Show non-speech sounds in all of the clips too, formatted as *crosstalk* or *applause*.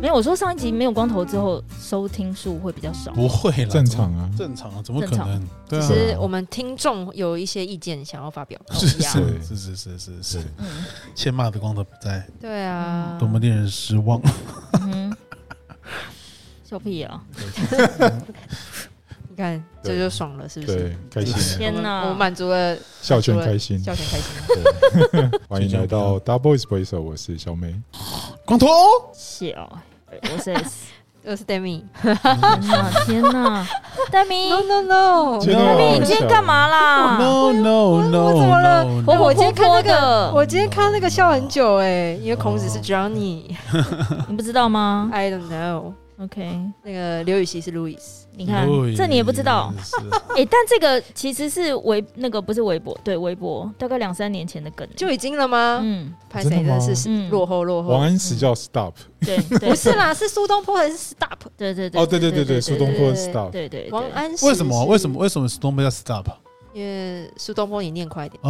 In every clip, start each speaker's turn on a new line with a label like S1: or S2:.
S1: 没有，我说上一集没有光头之后，收听数会比较少。
S2: 不会啦，
S3: 正常啊，
S2: 怎么，正常啊，怎么可
S1: 正常哦
S2: 能？
S3: 对
S4: 其
S3: 啊，
S4: 实我们听众有一些意见想要发表，那我
S2: 是
S4: 们要
S3: 对
S2: 是是是是是
S3: 是，
S1: 嗯
S2: 欠骂的光头不在，
S4: 对啊，
S2: 多么令人失望。
S1: 嗯哼，笑屁啊！
S4: 你看这就爽了，是不是？
S3: 对，开心，
S1: 天
S4: 我们我
S1: 哪，
S4: 满足了
S3: 笑圈开心，
S4: 笑点开心。
S3: *laughs* 欢迎来到 Double Espresso，我是小美。
S2: 光头，
S1: 笑，
S4: 哎
S1: 我是 S。
S4: 我是 Demi。
S1: 天哪，天哪， *laughs* 戴明，
S4: No no no！
S3: 天哪
S1: 戴明，你今天干嘛啦？
S2: No no no！
S4: 我怎么了
S2: no, no
S4: 我我今天看那
S1: 个
S4: 我今天看那个笑很久哎，因为孔子是 Johnny，I
S1: 你不知道吗
S4: don't know。
S1: ？OK，
S4: 那个刘禹锡是 Louis，
S1: 你看
S2: 对
S1: 这你也不知道。
S2: 哎是
S1: 哎，但这个其实是微那个不是微博，对微博，大概两三年前的梗。
S4: 就已啊经了吗？
S1: 嗯，
S4: 拍谁真的是
S1: 真的吗
S4: 落后落
S3: 王
S4: *laughs* 后？
S3: 安石叫 Stop，
S1: 对，对
S4: *laughs* 不是，啦，是苏东坡还是 Stop？
S1: 对对对。
S3: 哦，对对对对，苏东坡的
S4: 对
S3: Stop，
S1: 对对，对
S4: 王安石
S2: 为
S1: *laughs*
S2: 什么？
S4: 是
S2: 为什么？？为什么 Storm 要 stop？
S4: 因为苏东坡你念快一点，
S1: *laughs*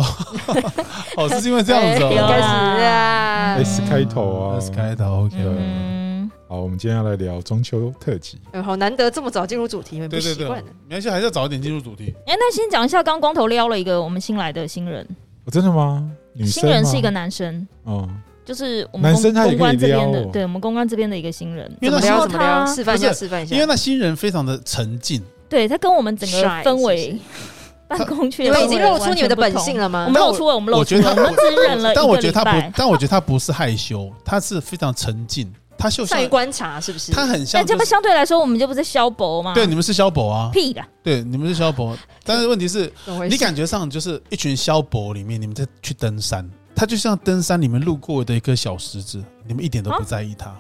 S2: 哦，是因为这样子
S1: 对
S4: 应该
S1: 啊
S2: 哦。
S4: 是啊。
S3: S 开头啊
S2: S 开头，OK。
S1: 嗯，
S3: 好，我们今天要来聊中秋特辑。
S4: 哎好难得这么早进入主题，有点不
S2: 对对
S4: 习
S2: 对
S4: 惯了。，
S2: 没关系，还是要早一点进入主题。
S1: 哎，那先讲一下，刚光头撩了一个我们新来的新人，
S3: 哦，真的吗？女生
S1: 新人
S3: 吗
S1: 是一个，男生，
S3: 嗯，
S1: 就是我们
S3: 男生
S1: 公
S3: 他也可
S1: 公
S3: 以
S1: 关这边的
S3: 撩哦，
S1: 对我们公关这边的一个新人，
S2: 因为那
S4: 怎么
S1: 然
S2: 时
S4: 聊
S1: 后
S2: 候
S4: 怎么聊？
S1: 他，
S4: 示范一下，
S2: 不
S4: 示范一下
S2: 因为。那新人非常的沉静，
S1: 对他跟我们整个
S4: Shy，
S1: 氛
S4: 是
S1: 围
S4: 不
S1: *laughs* 办公区
S4: 你
S1: 的
S4: 们
S1: 氛
S4: 已
S1: 围
S4: 经露出
S1: 完
S4: 你
S1: 全
S4: 们的
S1: 不
S4: 本
S1: 同
S4: 性，了吗
S1: 我？们露出了，我们露
S2: 我
S1: 出
S2: 觉
S1: 了，
S2: 得
S1: 我
S2: 他
S1: 们只忍了一
S2: 但我
S1: 个
S2: 觉得
S1: 礼
S2: 他
S1: 拜
S2: 不，，但我觉得他不是害羞，他是非常沉静，他就像
S4: 善于观察是不是？
S2: 他很像
S1: 但哎这
S2: 就
S1: 不
S2: 是。
S1: 相对来说，我们就不是消薄吗？
S2: 对，你们是萧博啊，
S1: 屁的，
S2: 对，你们是萧博，但是问题是，
S4: 怎么回事
S2: 你感觉上就是一群萧博里面，你们在去登山，他就像登山里面路过的一颗小石子，你们一点都不在意他。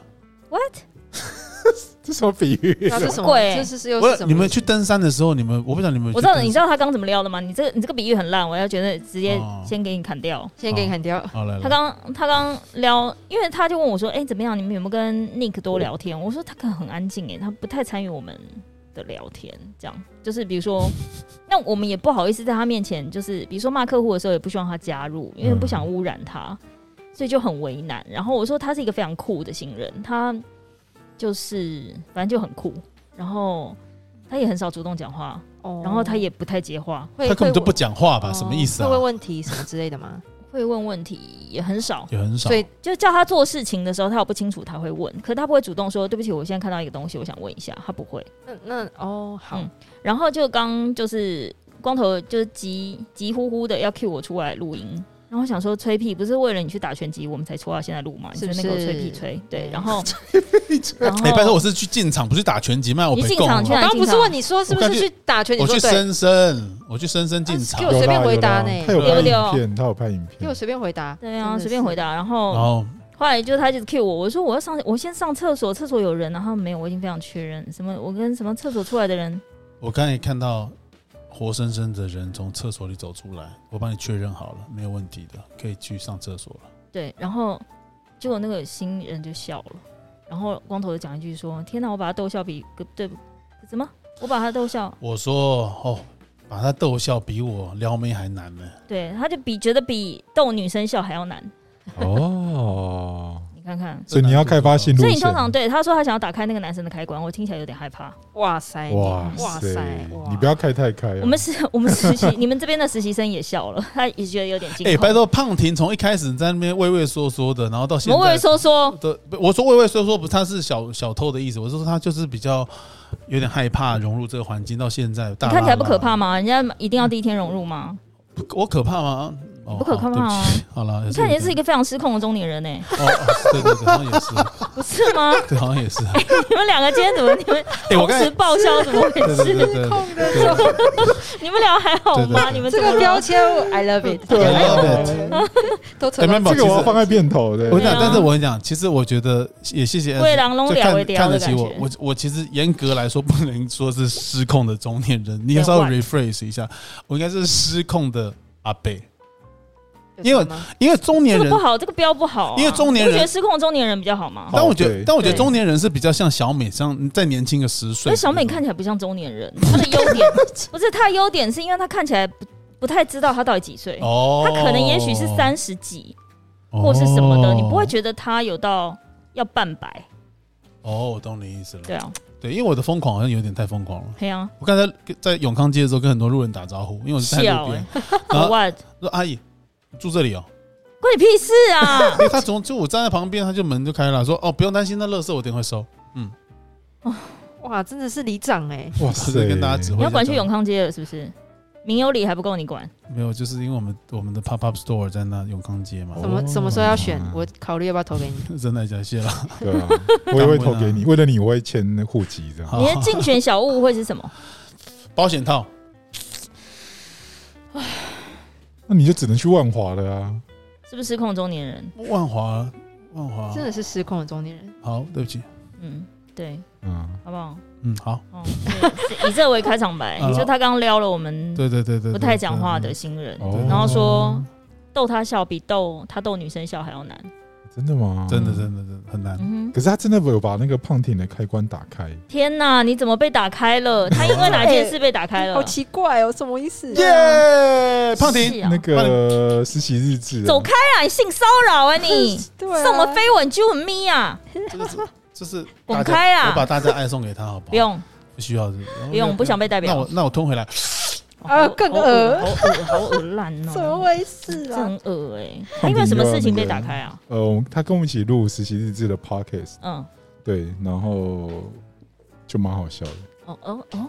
S3: 这什么比喻？
S4: 啊这是什么？
S1: 鬼
S4: 这是是又
S2: 我
S4: 是什么？
S2: 你们去登山的时候，你们我不知道你们有去
S1: 我知道，
S2: 登
S1: 你知道他刚怎么撩的吗？你这个你这个比喻很烂，我要觉得直接
S2: 哦
S1: 先给你砍掉。
S4: 先给你砍掉。
S2: 好来
S1: 他
S2: 来，
S1: 刚他刚撩，因为他就问我说：“哎、怎么样？你们有没有跟 Nick 多聊天？”我说：“他可能很安静，哎，他不太参与我们的聊天。这样就是比如说，那我们也不好意思在他面前，就是比如说骂客户的时候，也不希望他加入，因为不想污染他，所以就很为难。然后我说他是一个非常酷的新人，他就是反正就很酷，然后他也很少主动讲话，
S4: 哦
S1: 然后他也不太接话，
S4: 会
S2: 他根本就不
S4: 会
S2: 讲话吧？
S4: 问
S2: 什么意思
S4: 哦会问
S2: 啊？
S4: 问题什么之类的吗？
S1: 会问问题也很少。”
S2: 也很少
S4: 所。以
S1: 就叫他做事情的时候，他有不清楚他会问，可他不会主动说对不起，我现在看到一个东西，我想问一下，他不会。
S4: 那那哦好
S1: 嗯，然后就刚就是光头就是急急呼呼的要 cue 我出来录音，然后想说吹屁不是为了你去打拳击我们才出到现在录嘛，
S4: 是
S1: 你
S4: 不
S1: 就
S4: 是
S1: 那个吹屁吹对，
S4: 嗯
S1: 然
S4: *laughs*
S1: 后然后
S2: 哎，拜托，我是去进场，不是打拳击嘛？我
S1: 哦你
S2: 没
S1: 进
S2: 空
S1: 场
S2: 啊
S1: 去哪
S4: 刚刚不
S1: 进
S4: 是
S1: 场
S4: 问你说是不是
S2: 我
S4: 去打拳？你
S2: 我
S4: 说
S2: 去
S4: 对，
S2: 深深，我去深深进场
S4: 给我，随便
S3: 有啦
S4: 回答呢
S3: 有啦他有拍
S1: 对不对哦
S3: 影片，他有拍影
S4: 给
S3: 片
S4: 我，随便回答。
S1: 对
S4: 真
S1: 啊，
S4: 的
S1: 随便回
S4: 是。哦
S1: 答。然
S2: 然
S1: 后
S2: 后
S1: 后来就他就 cue 我，我说我要上，我先上厕所，厕所有人，然后没有，我已经非常确认什么，我跟什么厕所出来的人，
S2: 我刚才看到活生生的人从厕所里走出来，我帮你确认好了，没有问题的，可以去上厕所了。
S1: 对，然后结果那个新人就笑了，然后光头就讲一句说：“天哪，我把他逗笑比对怎么？我把他逗笑，
S2: 我说哦，把他逗笑比我撩妹还难呢。
S1: 对，他就比觉得比逗女生笑还要难。
S3: 哦，
S1: 你看看，
S3: 所以你要开发新路
S1: 所以
S3: 线
S1: 你。
S2: 啊
S1: 通常对他说他想要打开那个男生的开关，我听起来有点害怕。
S4: 哇塞你
S3: 哇
S4: 哎哇
S3: 塞
S4: 塞！，
S3: 你不要开太开啊。
S1: 我们实我们实习， *laughs* 你们这边的实习生也笑了，他也觉得有点惊
S2: 哎，
S1: 恐。
S2: 拜托，胖婷从一开始在那边畏畏缩缩的，然后到
S1: 什
S2: 现
S1: 么畏畏
S2: 在
S1: 缩缩？
S2: 的，不我说畏畏缩缩不是，他是小小偷的意思。我是说他就是比较有点害怕融入这个环境，到现在大
S1: 你看起来不
S2: 拉拉
S1: 可怕吗？人家一定要第一天融入吗？
S2: 不我可怕吗？哦
S1: 不可怕
S2: 好
S1: 啊
S2: 对不起好了，
S1: 你看起来是一
S2: 个
S1: 个非常失控的中年人呢、
S2: 哦，哦对对对，好像也是，
S1: 不是吗？ *laughs*
S2: 对，好像也是。
S1: 你们两个今天怎么你们
S2: 哎，我
S1: 同
S2: 刚才
S1: 时爆笑？怎么回
S2: 对
S1: 事？
S2: 对对对对，
S1: *laughs* 你们俩还好吗？
S2: 对对对
S1: 你们
S4: 这
S1: 怎么
S4: 个
S1: 了
S4: 标签我，I love it，
S3: 对啊
S2: I
S4: 都扯到
S2: Remember
S3: 这个我要
S2: 其实
S3: 放在片头的
S2: 我。跟你
S1: 对啊
S2: 讲，但是我跟你讲，其实我觉得也谢谢 Anson，
S1: 为狼拢
S2: 就
S1: 聊
S2: 看
S1: 为聊
S2: 看
S1: 的
S2: 得
S1: 感
S2: 起我
S1: 觉，
S2: 我我其实严格来说不能说是失控的中年人，你要
S1: 对
S2: 稍
S1: 换
S2: 微 rephrase 一下，我应该是失控的阿贝，因为
S4: 有什么吗
S2: 因为中年
S1: 这个
S2: 人
S1: 不，好，这个标不好啊、
S2: 因为中年人
S1: 你不觉得失控的中年人比较好吗？
S2: 但我觉
S3: 哦
S2: 得
S3: 对
S2: 但我觉得
S1: 对
S2: 中年人是比较像小美，像再年轻个十
S1: 因
S2: 岁。
S1: 为小美看起来不像中年人，她的优
S2: *laughs*
S1: 点不是她的优点是因为她看起来不不太知道她到底几岁，
S2: 哦，
S1: 她可能也许是三
S2: 哦
S1: 十几或是什么的，你不会觉得她有到要半百。
S2: 哦，我懂你意思了。
S1: 对啊，
S2: 对，因为我的疯狂好像有点太疯狂了。
S1: 嘿啊
S2: 我刚才跟在永康街的时候跟很多路人打招呼，因为我是在路边，然后
S1: ，What？
S2: 说阿姨你住这里哦，
S1: 关你屁事
S2: *laughs*
S1: 啊！
S2: 因为他总就我站在旁边，他就门就开了，说哦不用担心，那垃圾我等会收。
S4: 哇，真的是里长哎，
S3: 哇
S2: 我
S3: 塞，
S2: 就跟大家指挥一下
S1: 你要管去
S2: 这样
S1: 永康街了是不是？民有理还不够你管？
S2: 没有，就是因为我们我们的 pop up store 在那永康街嘛，
S4: 什么
S3: 哦
S4: 什么时候要选？我考虑要不要投给你。
S2: 真的假谢了。
S3: 对啊，我也会投给你，为了你我会签户籍
S2: 哦
S3: 这样。
S1: 你的竞选小物会是什么？
S2: 保险套，
S3: 那你就只能去万华了啊！
S1: 是不是失控中年人？
S2: 万华，万华
S4: 真，的是失控的中年人，
S2: 好，对不起，
S1: 嗯，对，
S3: 嗯，
S1: 好不好？
S2: 嗯，好，
S1: 哦，是 *laughs* 以这为开场 *laughs* 白，
S2: 啊
S1: 你说他刚刚撩了我们
S2: 对对对对，
S1: 不太讲话的新人，
S3: 哦
S1: 然后说逗他笑比逗他逗女生笑还要难。
S3: 真的吗？
S2: 对，对对真的真的真的很难。
S1: 嗯哼，
S3: 可是他真的有把那个胖挺的开关打开，
S1: 天哪，你怎么被打开 *laughs* 了？他因为哪件事被打开了？
S4: 好奇怪哦，什么意思？
S1: 啊
S2: 耶，胖婷，
S1: 嗯是啊
S3: 那个实习日志啊
S1: 走开啊！你性骚扰啊你！
S4: 对啊，
S1: 送我飞吻揪吻咪啊！
S2: 这个是这是
S1: 滚开啊
S2: 大家我把大家爱送给他，好不好？
S1: 不，用
S2: 不需要，是是
S1: 不用，不想被代表。
S2: 那我那我吞回来，
S4: 啊更恶
S1: 好恶，好恶烂 *laughs*
S4: 怎么
S1: 哦！
S4: 回事
S1: 这
S4: 啊？
S1: 很恶哎，
S3: 胖
S1: 他因为
S3: 婷
S1: 什么
S3: 又要
S1: 事情
S3: 那
S1: 被
S3: 个
S1: 打开啊？
S3: 呃，我们他跟我们一起录实习日志的 podcast，
S1: 嗯，
S3: 对，然后就蛮好笑的。
S1: 哦哦哦，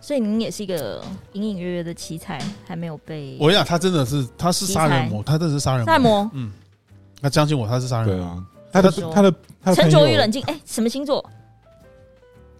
S1: 所以您也是一个隐隐约约的奇才，还没有被
S2: 我跟你讲，他真的是他是杀人魔，他真的是杀人
S1: 赛
S2: 魔，
S1: 魔。
S2: 嗯，那相信我，他是杀人魔
S3: 对。啊，他的
S1: 说
S3: 他的他的
S1: 沉
S3: 朋
S1: 着与
S3: 友
S1: 冷静，哎，什么星座？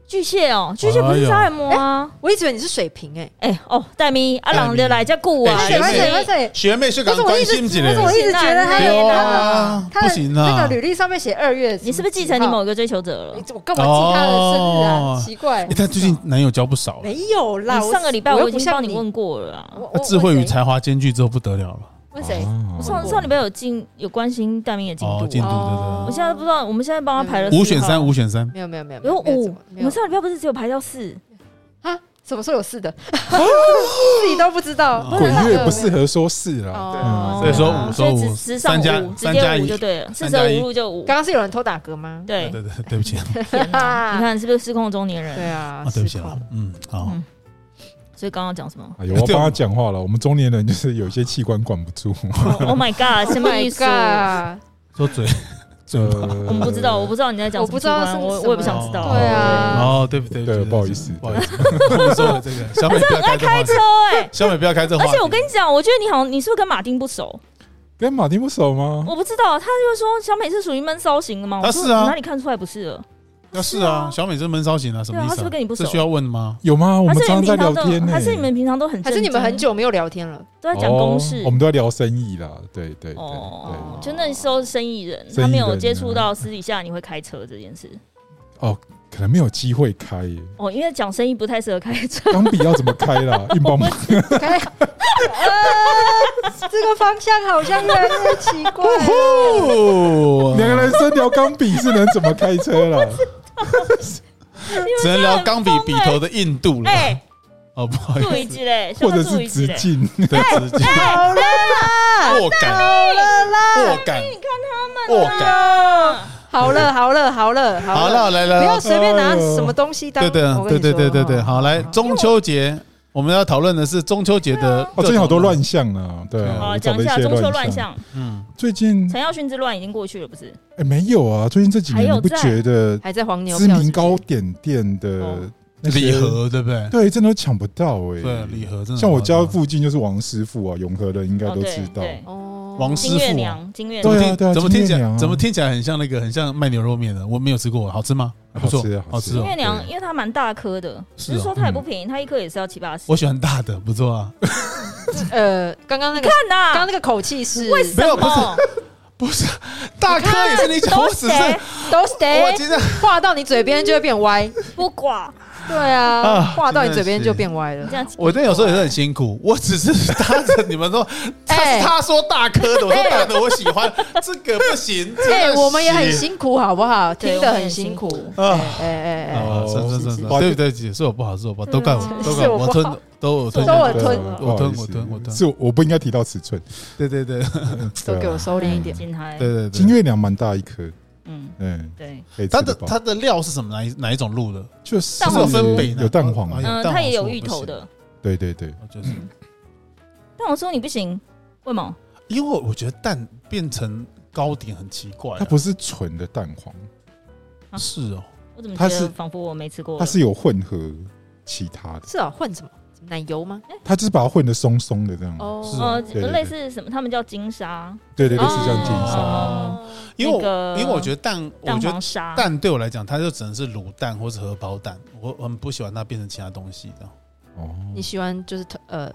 S1: 巨蟹哦，巨蟹
S2: 哎
S1: 不是杀人魔啊！
S4: 我一直以为你是水瓶哎，
S1: 哎哦，戴咪阿
S2: 戴
S1: 朗
S2: 咪
S1: 的来加固啊！
S2: 哎
S4: 对
S2: 学
S1: 你
S2: 妹
S4: 对
S1: 是
S4: 对对，
S2: 学妹是
S4: 可
S2: 敢
S4: 是我
S2: 关
S4: 一直，
S2: 心起
S4: 可是
S2: 来
S4: 我，一直觉得他
S1: 对
S4: 有
S2: 啊
S4: 他的
S2: 不行啊
S4: 那个履历上面写二月，
S1: 你是不是继承你某个追求者
S4: 几号？
S1: 了
S4: 你？我干嘛记他的生日啊？
S2: 哦
S4: 奇怪
S2: 哎，，他最近男友交不少了，
S4: 没有啦，
S1: 你
S4: 我
S1: 上个礼拜
S4: 我又
S1: 我已
S4: 不
S1: 经
S4: 像
S1: 帮你问过了啊。
S4: 我，
S2: 他
S4: 我
S2: 智慧与哦
S4: 问谁
S2: 才华兼具之后不得了了。
S4: 问谁？
S3: 啊
S1: 我上上礼拜有进有关心戴咪的进
S2: 哦，
S1: 度
S2: 进
S1: 啊，
S2: 度
S4: 哦
S2: 对
S1: 我现在不知道，我们现在帮他排了
S2: 对对，五选
S1: 四号
S2: 三，，五选三，
S4: 没有没有没有，没
S1: 有
S4: 没
S1: 五
S4: 怎么，
S1: 哦我
S4: 没有
S1: 们上礼拜不是只有排到四？
S4: 啊，什么时候有事的？ *laughs* 自己都不知道，
S2: 哦
S3: 鬼月不
S4: 是
S3: 适合说事啦。
S4: 哦
S3: 嗯
S2: 啊所以说
S1: 哦
S2: 五
S1: 所以
S2: 说
S1: 直
S2: 五
S1: 直上
S2: 三加
S1: 五，直
S2: 三加
S1: 接五
S2: 一
S1: 就对了，四
S2: 三
S1: 舍
S2: 加一
S1: 五入就五。
S4: 刚刚是有人偷打嗝吗？
S1: 对，
S2: 对对，对不起啊，
S1: 天
S4: *laughs*
S1: 哪你看是不是失控中年
S4: 对
S1: 人？
S4: 啊
S2: 啊，对不起
S4: 失
S2: 啊
S4: 控，
S2: 嗯，好
S1: 嗯，所以刚刚讲什么
S3: 哎呦，我帮他讲话了。我们中年人就是有一些器官管不住，
S1: ？Oh my god，什么
S4: *laughs* Oh
S1: 意
S4: my
S1: 思？
S4: god
S2: 说嘴，
S3: 呃，
S1: 我们不知道，我不知道你在讲什么器官，
S4: 我不知道是
S1: 我
S4: 什么
S1: 我也不想知道。
S4: 对啊
S2: 哦，对不对？
S3: 对
S2: 不起
S3: 不好意思
S2: 不好意思，我们说了这个，小美不要开这话题
S1: 车，哎，
S2: 小美不要开这话
S1: 而
S2: 题，
S1: 且我跟你讲，我觉得你好像你是不是跟马丁不熟？
S3: 跟马丁不熟吗？
S1: 我不知道，他就说小美是属于闷骚型的嘛。我
S2: 嗯他
S1: 说
S2: 是啊
S1: 你哪里看出来不是了？
S2: 那是啊，小美这闷骚型啊，什
S1: 对
S2: 么
S1: 啊，
S2: 意
S1: 他是不
S2: 思
S1: 是
S2: 啊？
S1: 跟你不熟
S2: 这？需要问吗？
S3: 有吗？我
S1: 还
S3: 们
S1: 是你
S3: 常
S1: 们
S3: 常在
S1: 平
S3: 聊
S1: 常都
S3: 天呢，
S1: 还是你们平常都很
S4: 还是你们
S1: 正
S4: 很
S1: 经
S4: 久没有聊天了？
S1: 都在讲公
S3: 哦
S1: 事
S3: 我？们都在聊生意啦。对对对
S1: 哦，
S3: 对，
S1: 就那时候生意人，
S3: 生
S1: 他
S3: 意
S1: 没有
S3: 人
S1: 接触
S3: 啊
S1: 到私底下你会开车这件事。
S3: 可能没有机会开耶，
S1: 哦，因为讲生意不太适合开车。
S3: 钢笔要怎么开
S1: *laughs*
S3: 啦？硬邦邦，
S4: *laughs* 开呃这个方向好像越来越奇怪了。
S2: 哦
S3: 两个人生聊钢笔是能怎么开车啦？
S2: 只能聊钢笔笔头的硬度了。
S1: 哎，
S2: 哦，不好意
S1: 注
S2: 思，
S1: 意之嘞，
S3: 或者
S1: 注
S3: 是
S1: 意之
S3: 直
S1: 嘞。
S2: *laughs*
S3: 径？
S2: 对，直接
S4: *laughs* 好了啦，
S2: 握感，
S4: 好了啦，
S2: 握感，你看
S4: 啊
S2: 他们握感。
S4: 好了好了好了
S2: 好
S4: 好
S2: 了，
S4: 了，
S2: 来
S4: 不
S2: 来，
S4: 要随便拿
S3: 哎呦
S4: 什么东西当。
S2: 对的
S4: 我，跟
S2: 对对
S4: 你说嗯
S2: 对对对，好，来
S4: 好
S2: 中秋节，我们要讨论的是中秋节的，
S3: 哦，最近好多，乱象啊，对啊，
S1: 好，
S3: 我
S1: 讲
S3: 找
S1: 一
S3: 了
S1: 下
S3: 些
S1: 中秋乱
S3: 乱。
S1: 象，
S2: 嗯，
S3: 最近
S1: 陈耀勋之乱已经过去了，不是？
S3: 哎没有啊，最近这几
S1: 还
S3: 年
S1: 有
S3: 你不
S1: 在
S3: 觉得
S4: 还在黄牛
S3: 知
S4: 票
S3: 名
S4: 是
S3: 糕
S4: 不是
S3: 点店的
S1: 哦
S3: 那些
S2: 礼，盒对不对？
S3: 对，真的都抢不到哎。
S2: 对，礼盒真的。
S3: 像我家附近就是王师傅啊，永和人应该
S1: 哦，
S3: 都
S1: 对
S3: 知道。
S1: 对，
S4: 哦
S2: 王师
S1: 金月
S2: 傅啊，
S1: 娘，金月
S2: 怎么
S1: 娘
S3: 对啊
S2: 听
S3: 对啊
S2: 怎么听起
S3: 金月娘
S2: 来
S3: 啊
S2: 怎么听起来很像那个很像卖牛肉面的，我没有吃过，好吃吗？
S3: 好
S2: 不错
S3: 吃，
S2: 好
S3: 好
S2: 吃
S3: 吃
S1: 金
S2: 哦
S1: 月。娘，
S3: 对
S1: 因为它蛮大颗的，只
S2: 是
S1: 是
S2: 哦
S1: 说它也不便宜，它一颗也是要七八十。
S2: 我喜欢大的，不错
S3: *laughs*
S2: 啊。
S4: 呃，刚刚那个
S1: 看
S4: 刚刚
S1: 呐，
S4: 那个口气是
S1: 为什
S2: 没有不
S1: 么？
S2: 不是大颗也是你讲，我只是
S1: 谁
S4: 都
S2: 我
S4: stay
S2: 今天
S4: 话到你嘴边就会变歪，
S1: 不管
S4: 对啊，
S2: 啊
S4: 话到你嘴边就变歪了
S1: 这。样子，
S2: 我那有时候也是很辛苦，我只是搭着你们
S4: *laughs*
S2: 说，他
S4: 哦哎
S2: 是他说大颗的，我说大的我喜
S4: *laughs*
S2: 欢，这个不行。这个
S4: 哎，我们也很
S2: 行
S4: 辛苦，好不好？
S1: 对
S4: 听得很辛苦
S1: 我们也很辛。
S2: 啊
S4: 哎哎哎
S2: 啊，算算算
S3: 哦是
S2: 算，对不对？是我不好，是我不好，都怪
S1: 对
S2: 我，
S1: 啊
S2: 都
S4: 是
S2: 怪
S4: 我
S2: 我，
S4: 不
S2: 吞
S4: 好
S2: 都我吞，
S4: 都我
S3: 对
S4: 吞
S3: 啊
S2: 我
S3: 不好
S2: 吞，
S3: 意思
S2: 我吞，我吞。
S3: 是我不应该提到尺寸，
S2: 对对对对
S4: 哎都给我收敛一点。
S1: 金海，
S2: 对对，
S3: 金月娘蛮大一颗，
S1: 嗯，
S3: 嗯，
S1: 对，
S3: 可以吃
S2: 它
S3: 得
S2: 的
S3: 饱
S2: 它的料是什么哪一哪一种鹿的？
S3: 就是
S1: 蛋
S2: 是有分北南
S3: 有蛋黄
S2: 哎
S3: 嘛，
S2: 呀
S1: 嗯，
S2: 蛋
S1: 它
S2: 黄
S1: 也有
S2: 酥
S1: 芋
S2: 不
S1: 头
S2: 行
S1: 的，
S3: 对对对，
S2: 哦就是
S1: 但我说你不行，为毛？
S2: 因为我觉得蛋变成糕点很奇怪啊，
S3: 它不是纯的蛋黄，
S1: 啊
S2: 是哦，
S1: 我怎么
S3: 它
S1: 觉
S3: 是
S1: 得仿佛我没吃过了？
S3: 它是有混合其他的，
S4: 是哦，混什么？奶油吗？
S2: 哎
S3: 它就是把它混的松松的这样。
S2: 是
S4: 哦，
S1: 呃，
S3: 对对对
S1: 类似什么？他们叫金沙，
S3: 对对对，
S4: 哦
S3: 是这样金沙。
S1: 哦
S2: 因为我
S1: 那个
S2: 因为我觉得蛋，我
S1: 蛋
S2: 觉得
S1: 黄沙，
S2: 蛋对我来讲，它就只能是卤蛋或是荷包蛋，我我很不喜欢它变成其他东西的。
S3: 哦，
S4: 你喜欢就是呃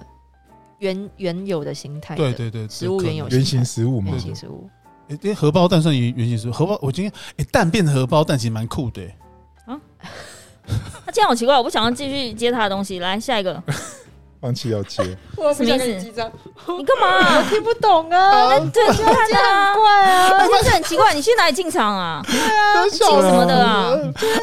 S4: 原原有的形态的，
S2: 对对对，
S4: 食物原有
S2: 可能
S4: 性
S3: 原型食物嘛
S4: 原，型食物，
S2: 诶诶荷包蛋算原原型食物，荷包我今天诶蛋变成荷包蛋其实蛮酷的、诶
S1: 他啊这样好奇怪，我不想要继续接他的东西。来下一个，
S3: 放弃要接，
S4: 我
S1: 不想跟你计
S4: 张，
S1: 你干嘛？
S4: 听不懂啊，
S1: 那对，就看的啊，
S4: 怪啊，
S1: 而且这很奇怪，你去哪里进场啊？
S2: 笑
S1: 进什么的啊？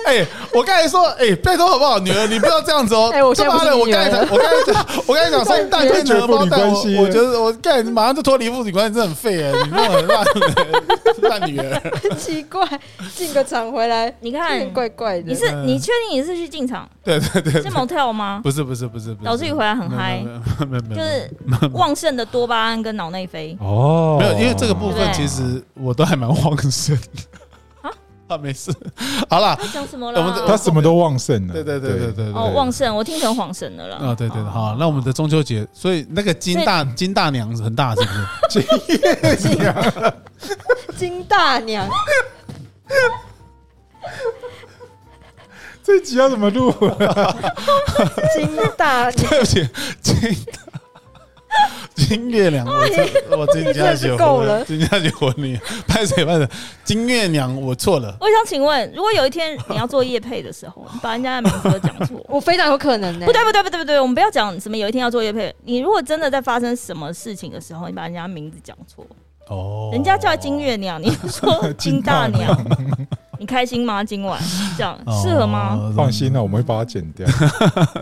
S2: 哎、我刚才说，哎、拜托好不好，女儿，你不要这样子哦。
S4: 哎我现在
S2: 他妈的，我
S4: 不是
S2: 刚
S4: 你女
S2: 才
S4: 儿
S2: 才，我刚才，我刚才讲说蛋变成荷包蛋，我我觉得我干马上就脱离父女关系，真的很废哎、你弄得很烂的烂女儿。
S4: 很奇怪，进个场回来，
S1: 你
S4: 有
S1: 看
S4: 点，怪怪的。
S1: 你是
S2: 嗯
S1: 你确定你是去进场？
S2: 对对对，
S1: 是 motel 吗？
S2: 不是不是不是不是，
S1: 导致于回来很嗨
S2: 没有，没有没有没有没有，
S1: 就是旺盛的多巴胺跟脑内啡。
S3: 哦
S2: 没有，因为这个部
S1: 对
S2: 分
S1: 不对
S2: 其实我都还蛮旺盛的
S1: 啊。
S2: 啊，没事，好啦，
S1: 他讲什么
S2: 我们
S1: 啦？
S3: 它什么都旺盛啊了。
S2: 对对对对对对，
S1: 哦，旺盛，我听成晃神的了啦。哦
S2: 啊，对对对，好，那我们的中秋节，所以那个金大金大娘很大，是 *laughs* 不是？
S4: 金金大娘，
S3: 这集要怎么录？
S4: *laughs* 金大娘，
S2: 对不起，金金月亮，我
S1: 哎
S2: 这我金家
S4: 你真的
S2: 酒
S4: 是够了
S2: 金家酒婚礼，拍谁拍的？金月亮，我错了，
S1: 我想请问，如果有一天你要做夜配的时候，你把人家的名字都讲
S2: *laughs*
S1: 错，
S4: 我非常有可能呢。
S1: 不对不对不对不对，我们不要讲什么有一天要做夜配。你如果真的在发生什么事情的时候，你把人家名字讲错，
S2: 哦
S1: 人家叫金月娘，你说
S2: *laughs*
S1: 金大娘，你开心吗？今晚这样
S2: 哦
S1: 适合吗？
S3: *laughs* 放心啊了，我们会把它剪掉。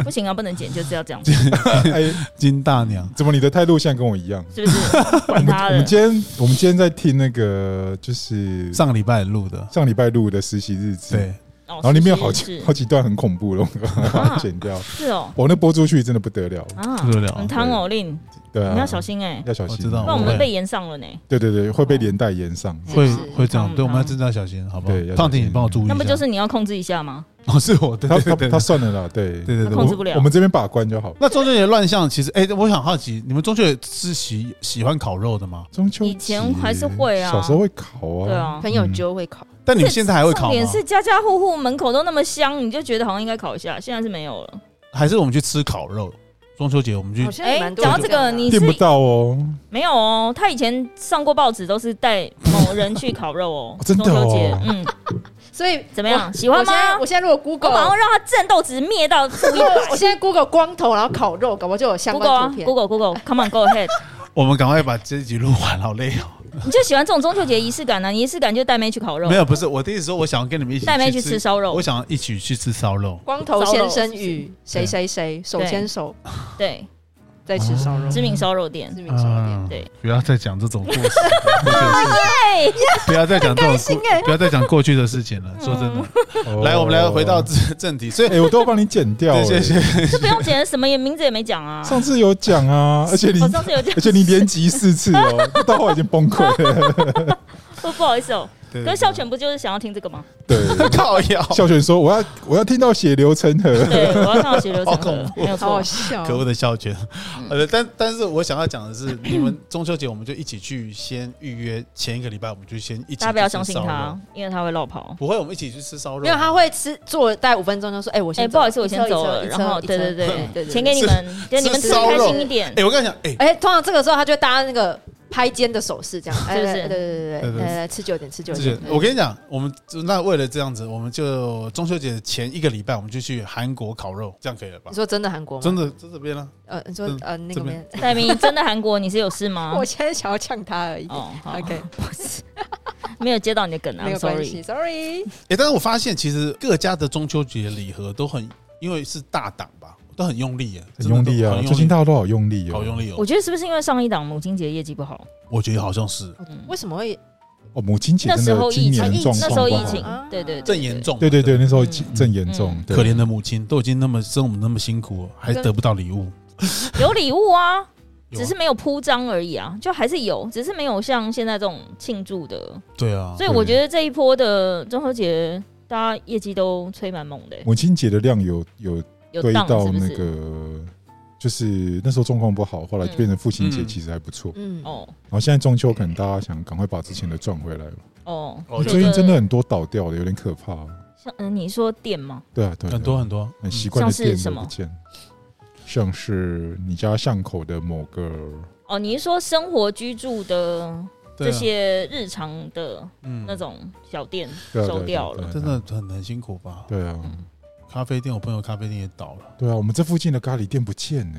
S1: 不行啊，不能剪，就是要这样，
S3: *laughs* 哎，
S2: 金大娘，
S3: 怎么你的态度现在跟我一样？
S1: 是不是？
S3: *laughs*
S1: 管他
S3: 我
S1: 的
S3: 们，今天我们今天在听那个就是
S2: 上礼拜录的，
S3: 上礼拜录的实习日志，
S2: 对，
S1: 然
S3: 然哦后里面有好
S1: 哦
S3: *laughs*
S1: 是啊
S3: 几好几段很恐怖的，我把它剪
S1: *laughs*
S3: 掉。
S1: 是哦
S3: 我那播出去真的不得了，
S1: 啊，
S2: 不得了
S1: 很汤哦，令
S3: 对啊，
S1: 你要小心哎，
S3: 要小心，
S2: 我知道
S1: 不然我
S2: 我
S1: 们
S2: 会
S1: 被延上了呢。
S3: 对对对，会被连带延上。
S4: 是
S2: 会
S4: 是
S2: 会这样，
S1: 嗯
S2: 对我们要
S1: 嗯
S2: 真的要小心，好不
S3: 对
S2: 好？
S3: 要小心
S2: 胖婷，你帮我注意一下，
S1: 那不就是你要控制一下吗？
S2: 哦，是我，对
S3: 他
S2: 对
S3: 他
S2: *laughs* 对对
S3: 他算了啦，对
S2: 对对
S1: 他
S2: 对，
S1: 控制
S2: 我
S1: 不了
S3: 我们这边把关就好。
S2: 那中秋节乱象，其实哎，我想好奇，你们中秋节是喜喜欢烤肉的吗？
S3: 中秋
S1: 以前还是会啊
S3: 小时候会烤啊，
S1: 对，啊，
S4: 朋友就会考，
S2: 但你们现在还会烤
S1: 重点
S2: 吗？
S1: 是家家户户门口都那么香，你就觉得好像应该烤一下，现在是没有了。
S2: 还是我们去吃烤肉？中秋节我们去
S4: 好像也蛮多
S1: 哎讲到这个
S4: 的
S1: 你
S3: 订不到哦，，
S1: 没有哦，他以前上过报纸，都是带某人去烤肉哦
S3: 真 *laughs* 的哦
S1: 中秋节，嗯，
S4: 所以
S1: 怎么样？喜欢
S4: 我现在
S1: 吗？
S4: 我现在如果
S1: 我马
S4: Google，。
S1: 上让他战斗值灭到负一百
S4: 我现在 Google 光头，然后烤肉，搞不好就有相
S1: Google
S4: 关
S1: 啊
S4: 图片。
S1: ，Google Google，Come on
S4: *laughs*
S1: Go ahead，
S2: 我们赶快把这一集录完，好累哦。
S1: 你就喜欢这种中秋节仪式感呢、你仪式感就带妹去烤肉
S2: 没，有，不是我的意思，说我想要跟你们一起
S1: 带妹去吃烧肉
S2: 我，想要一起去吃烧肉。
S1: 啊
S4: 光头先生与谁谁谁手牵手
S1: 对，
S4: 在
S2: 哦
S4: 吃烧肉，
S1: 知名烧肉
S4: *laughs*
S1: 店。
S4: 知名烧肉
S2: 嗯
S4: 店。
S1: 对，
S2: 不要再讲这种过
S1: *laughs*
S2: 去的
S4: 哎
S2: 事情，不要再讲这种
S1: 啊
S2: 过，不要再讲过去的事情了。
S1: 嗯
S2: 说真的，
S3: 哦欸
S2: 来，我们来回到正正题。所以，
S3: 哎，我都帮你剪
S2: *laughs*
S3: 掉
S2: 对
S3: 了，
S2: 谢谢。
S1: 这不用剪，什么也名字也没讲啊。
S3: 上次有讲啊，而且你
S1: 我上次有讲，
S3: 而且你连集四次哦，
S1: *laughs*
S3: 到后来已经崩溃了。
S1: 不不好意思 *laughs* 哦。
S2: 对
S1: 可是孝全不就是想要听这个吗？
S3: 对，
S2: *laughs* 靠腰，
S3: 孝全说我要我要听到血流成河。
S1: 对，我要看到血流
S3: *laughs*
S1: 成
S2: 好恐
S1: 河，没有
S4: 好
S1: 错。
S4: 好笑，
S1: 嗯
S2: 可恶的孝全。呃，但但是我想要讲的是，你们中秋节我们就一起去先预约，前一个礼拜我们就先一起。
S1: 大家不要相信他，，因为他会落跑。
S2: 不会，我们一起去吃烧肉。
S4: 没有他会吃坐大概五分钟就说：“哎，我
S1: 哎，
S4: 先走
S1: 不好意思，我先
S4: 一车
S1: 走
S4: 一车
S1: 了。
S4: 一车
S1: 然后，
S4: 一车
S1: 对对
S4: *laughs* 对对
S1: 对，
S4: 对
S1: 钱给你们，就你们
S2: 吃
S1: 吃的开
S2: 烧肉
S1: 心一点。
S2: 哎，我跟你讲，哎，
S4: 哎，通常这个时候他就会搭那个拍肩的手势，这样，哎
S1: 是不是
S4: 对对对
S2: 对对
S4: 对对，
S2: 对
S4: 来来吃久一点，吃久一
S2: 这
S4: 点
S2: 个。我跟你
S1: 哎
S2: 讲，我们就那为了这样子，我们就中秋节前一个礼拜，我们就去韩国烤肉，这样可以了吧
S4: 你？说真的韩国吗？
S2: 真的在这边啊，
S4: 呃，你说
S2: 嗯
S4: 呃那
S2: 这
S4: 个
S2: 边
S4: 边，
S3: 哎
S1: 戴明，真的韩国你是有事吗？
S4: 我现在想要呛他而已。
S1: 啊哦，好，
S4: OK，
S1: 没有接到你的梗啊
S4: *laughs* 没有
S1: ，I'm
S4: 关
S1: sorry
S4: 系。，Sorry。
S2: 哎，但是我发现其实各家的中秋节礼盒都很，因为是大档吧，都很用力耶，
S3: 很用力啊！
S2: 真的都很
S3: 最近大家都好用力
S2: 好
S3: 哦，
S2: 用力哦
S1: 我。觉得是不是因为上一档母亲节业绩不好？
S2: 我觉得好像是
S1: 嗯，
S4: 为什么会？
S3: 哦，母亲节
S1: 那
S3: 真
S1: 时
S3: 的
S1: 候
S3: 今
S1: 疫情，
S3: 年状
S1: 那时
S3: 况
S1: 候
S3: 不
S1: 疫
S3: 好
S1: 情
S4: 啊，
S1: 对对对
S2: 正严，重，
S3: 对对对，那时候
S1: 嗯
S3: 正正严重
S1: 嗯，
S3: 对
S2: 可怜的母亲都已经那么生我们那么辛苦，还得不到礼物，
S1: 对有礼物啊，
S2: 有啊
S1: 只是没有铺张而已啊，就还是有，只是没有像现在这种庆祝的。
S2: 对啊
S1: 所，以我觉得这一波的中秋节，大家业绩都吹蛮猛的欸、
S3: 母亲节的量有有
S1: 有
S3: 对
S1: 档
S3: 到
S1: 是不
S3: 那
S1: 是？
S3: 个，就是那时候状况不好，后来就变成父亲节
S2: 嗯
S3: 其实还不错。
S4: 嗯，
S1: 哦
S3: 然后现在中秋可能大家想赶快把之前的赚回来了。
S1: 哦，
S2: 哦
S1: 这
S3: 最近
S1: 个
S3: 真的很多倒掉的，有点可怕。
S1: 像嗯，你说店吗？
S3: 对啊，对啊，对啊
S2: 很多很多嗯
S3: 很习
S2: 惯。
S3: 惯的
S1: 像是
S3: 店
S1: 什
S3: 都
S1: 么
S3: 不见，像是你家巷口的某个，
S1: 哦，你是说生活居住的
S2: 对
S1: 这
S2: 啊
S1: 些日常的
S2: 嗯
S1: 那种小店
S3: 对啊
S1: 收掉了？
S3: 对啊
S2: 真的很很辛苦吧？
S3: 对啊，
S1: 嗯
S2: 咖啡店，我朋友咖啡店也倒了，
S3: 对啊，我们这附近的咖喱店不见呢、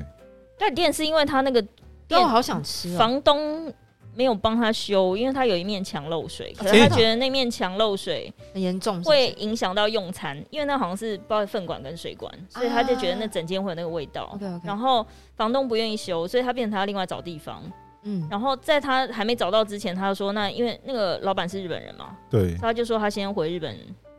S1: 但店是因为他那个
S4: 但我
S1: 店
S4: 好想吃哦。
S1: 房东没有帮他修，因为他有一面墙漏水，可是
S2: 啊真
S1: 他
S2: 的嗯
S1: 觉得那面墙漏水
S4: 很严重是不是
S1: 会影响到用餐，因为那好像是包括粪管跟水管，
S2: 啊
S1: 所以他就觉得那整间会有那个味道。
S4: OK，OK
S1: 然后房东不愿意修，所以他变成他要另外找地方。
S4: 嗯，
S1: 然后在他还没找到之前，他就说：“那因为那个老板是日本人嘛，
S3: 对
S2: 嗯
S1: 所以，他就说他先回日本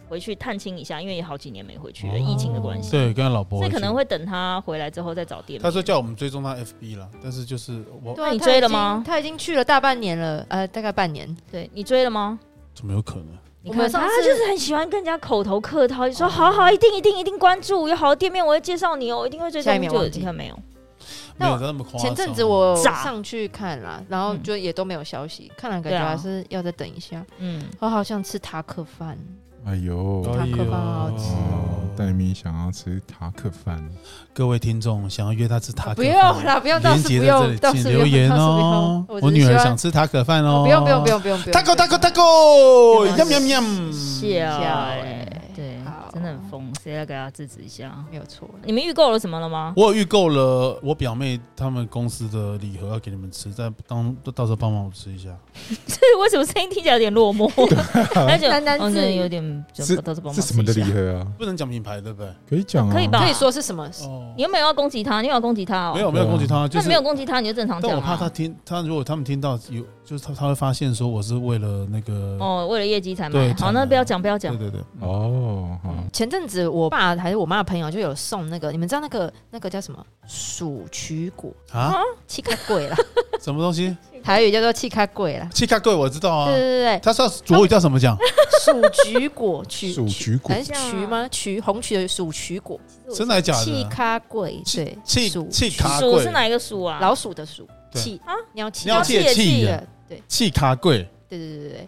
S1: 回去探亲一下，因为也好几年没回去了，
S2: 哦
S1: 疫情的关系，
S2: 对，跟他老婆
S1: 所
S2: 回
S1: 以
S2: 去，
S1: 可能会等他回来之后再找店面。”
S2: 他说叫我们追踪他 FB 啦，但是就是我
S4: 对啊
S1: 那你追了吗
S4: 他已经他已经去了大半年了，呃，大概半年。：“
S1: 对你追了吗？”
S2: 怎么有可能？
S1: 我
S4: 你看
S1: 们哦
S4: 上
S1: 他
S4: 次
S1: 就是很喜欢跟人家口头客套，就说好好，一定一定一定关注，有好的店面我会介绍你哦，我一定会追踪。
S4: 下一秒
S1: 就
S4: 忘记
S1: 你看没有？
S2: 没
S4: 那
S2: 有
S4: 我
S2: 他那么夸张。
S4: 前阵子我
S1: 炸
S4: 上去看啦，然后就也都没有消息，看了
S1: 对
S4: 感觉
S1: 啊
S4: 还是要再等一下。
S1: 嗯，
S4: 我好想吃塔可饭，
S3: 哎呦，
S4: 塔可饭好好吃
S3: 哦，戴咪想要吃塔可饭，
S2: 各位听众想要约他吃塔可
S4: 不
S2: 饭，
S4: 用啦，不用，到
S2: 连
S4: 时
S2: 接
S4: 不
S2: 在这
S4: 用，
S2: 里，
S4: 到时
S2: 请
S4: 不用
S2: 留言
S4: 到时不
S2: 哦
S4: 用。
S2: 我女儿想
S4: 吃，
S2: 吃塔可饭哦，
S4: 不用不用不用不用不用。
S2: ，taco taco taco，
S4: 不用
S2: 喵喵喵。
S1: 谢欸
S4: 哎
S1: 嗯对
S4: 好，
S1: 真的很疯，谁要给他制止一下？
S4: 没有错。
S1: 你们预购了什么了吗？
S2: 我有预购了我表妹他们公司的礼盒要给你们吃，再当到时候帮忙我吃一下。
S1: 这 *laughs* 为什么声音听起来有点落 *laughs* 寞？而且
S4: 喃喃
S1: 哦真
S4: 自语
S1: 的有点，就是到时候帮忙
S3: 是什么的
S1: 试一
S3: 礼
S1: 下？
S3: 盒啊？
S2: 不能讲品牌对不对？
S3: 可以讲啊，
S1: 可以吧
S4: 可以说是什么？
S2: 哦
S1: 你，有没有要攻击他？你有要攻击他哦？
S2: 没有没有攻击他，就
S1: 那
S2: 是
S1: 没有攻击他，你就正常
S2: 但
S1: 讲
S2: 我怕他
S1: 啊。
S2: 听他，如果他们听到有，就是他他会发现说我是为了那个，
S1: 哦，为了业绩才
S2: 对
S1: 买。好，
S2: 才
S1: 那
S2: 买
S1: 不要讲，不要讲
S2: 对。对对，
S3: 哦，
S1: 嗯
S3: 好，
S4: 前阵子我爸还是我妈的朋友就有送那个，你们知道那个那个叫什么鼠曲果，
S2: 啊，
S4: 气卡贵啦，
S2: 什么东西？
S4: 台语叫做气卡贵啦。
S2: 气卡贵我知道啊
S4: 对，对对
S2: 他说主语叫什么讲？
S4: 对，鼠菊果，曲
S3: 鼠菊果
S4: 还是曲吗？曲红曲的鼠曲果，
S2: 真的还假
S4: 啊气
S2: 的？
S4: 咖贵，对，
S2: 气
S4: 鼠
S2: 气卡
S1: 鼠是
S2: 贵，
S1: 哪一个鼠啊？
S4: 老鼠的鼠，
S2: 对
S4: 气
S1: 啊
S4: 啊，鸟气，
S2: 鸟气的气
S4: 气
S2: 呀
S4: 的，对
S2: 气卡贵，
S4: 对对对对对，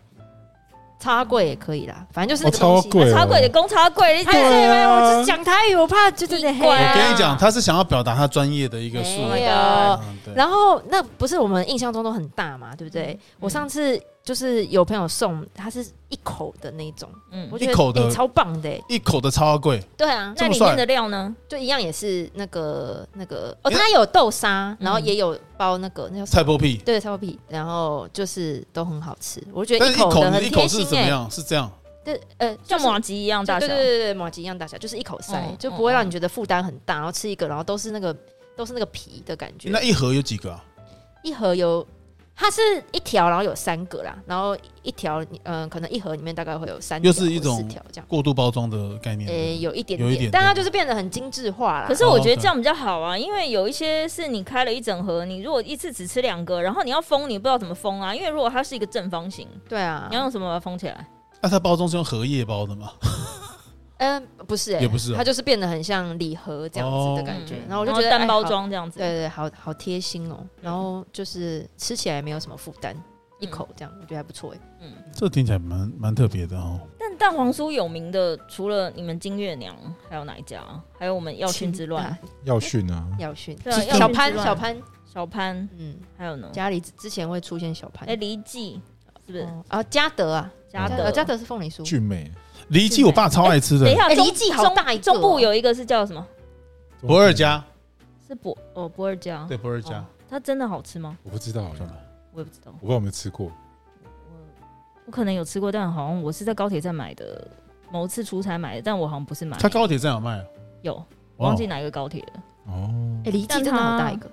S4: 插柜也可以啦，反正哎就是
S3: 哦，超
S4: 那个东西。
S3: 贵哦，
S1: 茶鬼的公茶鬼，你
S4: 哎对
S1: 这
S4: 对，
S2: 啊
S4: 我就是讲台语，我怕就真的黑
S1: 我。
S2: 我跟你
S1: 啊
S2: 讲，他是想要表达他专业的一个术
S4: 没
S2: 语。
S4: 有，
S2: 嗯对
S4: 然后那不是我们印象中都很大嘛，对不对？我上次就是有朋友送，它是一口的那种，
S1: 嗯
S4: 我觉得
S2: 一口的
S4: 哎超棒的、哎
S2: 一口的超贵，
S4: 对啊，
S1: 那里
S2: 这么帅
S1: 面的料呢？
S4: 就一样也是那个那个哦，
S2: 因为
S4: 它有豆沙，然后
S1: 嗯
S4: 也有包那个那叫什么
S2: 菜包屁。
S4: 对菜包皮，然后就是都很好吃，我觉得
S2: 但
S4: 一
S2: 是一口
S4: 的
S2: 呢
S4: 很
S2: 一
S4: 贴
S2: 口是
S4: 心
S2: 怎么
S4: 哎、
S2: 样？是这样，
S4: 对呃，
S1: 像
S4: 就是
S1: 马吉一样大
S4: 对
S1: 小
S4: 对，对对，马吉一样大小，就是一口塞，
S2: 哦
S1: 嗯
S4: 就不会让你觉得负担很大。然后吃一个，然后都是那个都是那个皮的感觉。
S2: 那一盒有几个啊？
S4: 一盒有，它是一条，然后有三个啦，然后一条你嗯、可能一盒里面大概会有三条
S2: 又是一种
S4: 或四条这样。
S2: 过度包装的概念。
S4: 呃、有一点
S2: 有一点
S4: 但它就是变得很精致化啦。
S1: 可是我觉得这样比较好啊，因为有一些是你开了一整盒，你如果一次只吃两个，然后你要封，你不知道怎么封啊。因为如果它是一个正方形，
S4: 对啊
S1: 你，要用什么把它封起来？
S2: 那啊它包装是用荷叶包的吗？
S4: 嗯、不是、欸，
S2: 也不是哦
S4: 它就是变得很像礼盒这样子的感觉。
S1: 嗯
S4: 然后我就觉得
S1: 单包，
S4: 哎好
S1: 装这嗯样子，
S4: 对对对，好好贴心哦。然后就是吃起来没有什么负担，一口这样，我觉得还不错哎。
S1: 嗯。
S2: 这听起来蛮蛮特别的哦。
S1: 但蛋黄酥有名的，除了你们金月娘，还有哪一家啊？还有我们药
S4: 熏
S1: 熏之乱，
S3: 要训啊，
S4: 药熏，
S1: 对啊药
S4: 小
S1: 熏
S4: 潘
S1: 之乱
S4: 小潘，
S1: 小潘，
S4: 嗯，
S1: 还有呢？
S4: 家里之前会出现小潘
S1: 哎，，黎记是不是？
S4: 哦啊，嘉德啊，
S1: 嘉
S4: 呃
S1: 德，
S4: 嘉。德是凤梨酥，
S3: 俊美，
S2: 梨记我爸超爱吃的
S1: 等一，下，
S4: 哎
S1: 中
S4: 黎记好大一个哦
S1: 中中部有一个是叫什么？
S2: 不二家
S1: 是博哦博尔加，
S2: 对不二家
S1: 哦，它真的好吃吗？
S3: 我不知道欸，
S2: 算了
S1: 我也不知道
S3: 我，不知道有没有吃过，
S1: 我可能有吃过，但好像我是在高铁站买的，某次出差买的，但我好像不是买。
S2: 他高铁站有卖啊，
S1: 有，我
S2: 哇
S1: 忘记哪一个高铁了。
S3: 哦
S4: 哎，，梨记
S1: 但
S4: 真的好
S1: 它
S4: 大一个，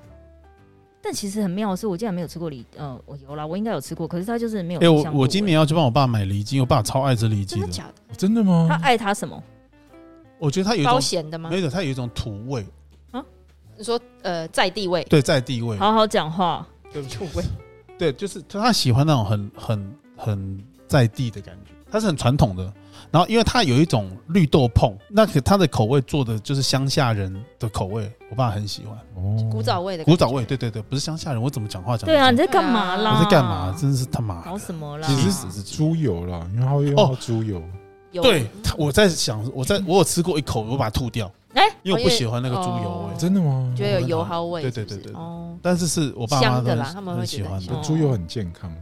S1: 但其实很妙的是，我竟然没有吃过梨，呃，我有啦，我应该有吃过，可是他就是没有
S2: 哎、
S1: 印
S2: 我
S1: 象度。欸
S2: 我今年要去帮我爸买梨精，我爸超爱吃梨精
S4: 真的
S2: 的，
S4: 假的？
S3: 哦真的
S1: 哎他
S3: 吗？
S1: 爱他什么？
S2: 嗯我觉得它有一
S4: 高
S2: 种
S4: 咸的吗
S2: 没？有，它有一种土味，
S4: 你说呃，在地位
S2: 对，在地位，
S1: 好好讲话，
S4: 土味，
S2: 对，就是他喜欢那种很很很在地的感觉，它是很传统的。然后，因为它有一种绿豆碰，那个它的口味做的就是乡下人的口味，我爸很喜欢。
S3: 哦
S4: 古早味的感觉
S2: 古早味，对对对，不是乡下人，我怎么讲话讲？
S1: 对啊，你在干嘛
S4: 对
S1: 啦？
S4: 啊
S2: 我在干嘛？？真是他妈
S1: 搞
S2: 的！
S1: 什么啦？
S3: 其
S2: 气
S3: 实
S2: 死
S3: 是
S2: 自己
S3: 猪油啦，因为它会用
S1: 哦
S3: 到猪油，
S4: 有嗯
S2: 对，他我在想，我在我有吃过一口，我把它吐掉，
S1: 哎
S2: 因为我不喜欢那个猪油
S4: 哦
S2: 味。
S3: 真的吗？
S4: 觉得有油蒿
S2: 嗯
S4: 味，
S2: 对对
S4: 是不是
S2: 对对对
S4: 哦，
S2: 但是是我爸妈
S4: 香的
S2: 都
S4: 啦
S2: 很
S4: 他们会
S2: 很
S4: 觉
S2: 喜
S4: 得
S2: 欢
S4: 很
S2: 的
S1: 哦
S4: 香。
S3: 猪油很健康，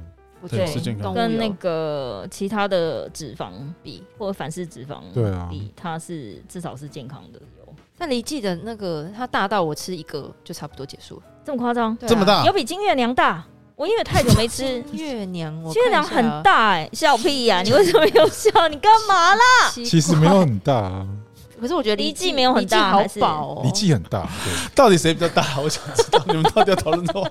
S4: 我觉
S2: 对
S4: 得
S1: 是
S2: 健康
S4: 动物
S1: 跟那
S4: 油
S1: 个其他的脂肪比，或者反式脂肪
S3: 对啊
S1: 比，它是至少是健康的油，
S4: 但李记的那个，它大到我吃一个就差不多结束了，
S1: 这么夸张？
S4: 对啊。
S2: 这么大
S1: 有，比金月娘大？我因为太久没吃
S4: 月娘，我
S1: 金月娘很
S4: 啊
S1: 大哎、笑屁呀、你为什么又笑？你干嘛啦？
S4: 看一下，
S3: 其实没有很大啊，
S4: 奇怪，可是我觉得梨
S1: 梨记没有很大
S4: 梨
S1: 还
S4: 记
S1: 是
S4: 好饱哦，
S3: 你记很大，对。
S2: 到底谁比较大？我想知道你们到底要讨论多，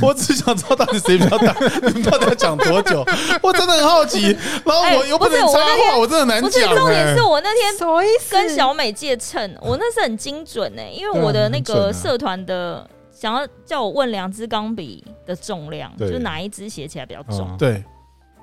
S2: 我只想知道到底谁比较大，你们到底要讲多久？我真的很好奇。然后我
S1: 哎
S2: 又
S1: 不
S2: 能
S1: 是我
S2: 插
S1: 那天
S2: 话，我真的
S1: 不
S2: 很难
S1: 是
S2: 讲。
S1: 重点
S3: 欸
S2: 哎
S1: 是我那天
S4: 什么意思？
S1: 跟小美借秤，我那是很精准哎、因为
S3: 对啊
S1: 我的那
S3: 很准
S1: 个
S3: 啊
S1: 社团的想要叫我问两支钢笔的重量，就
S3: 对
S1: 是哪一支写起来比较重，
S3: 嗯
S2: 对，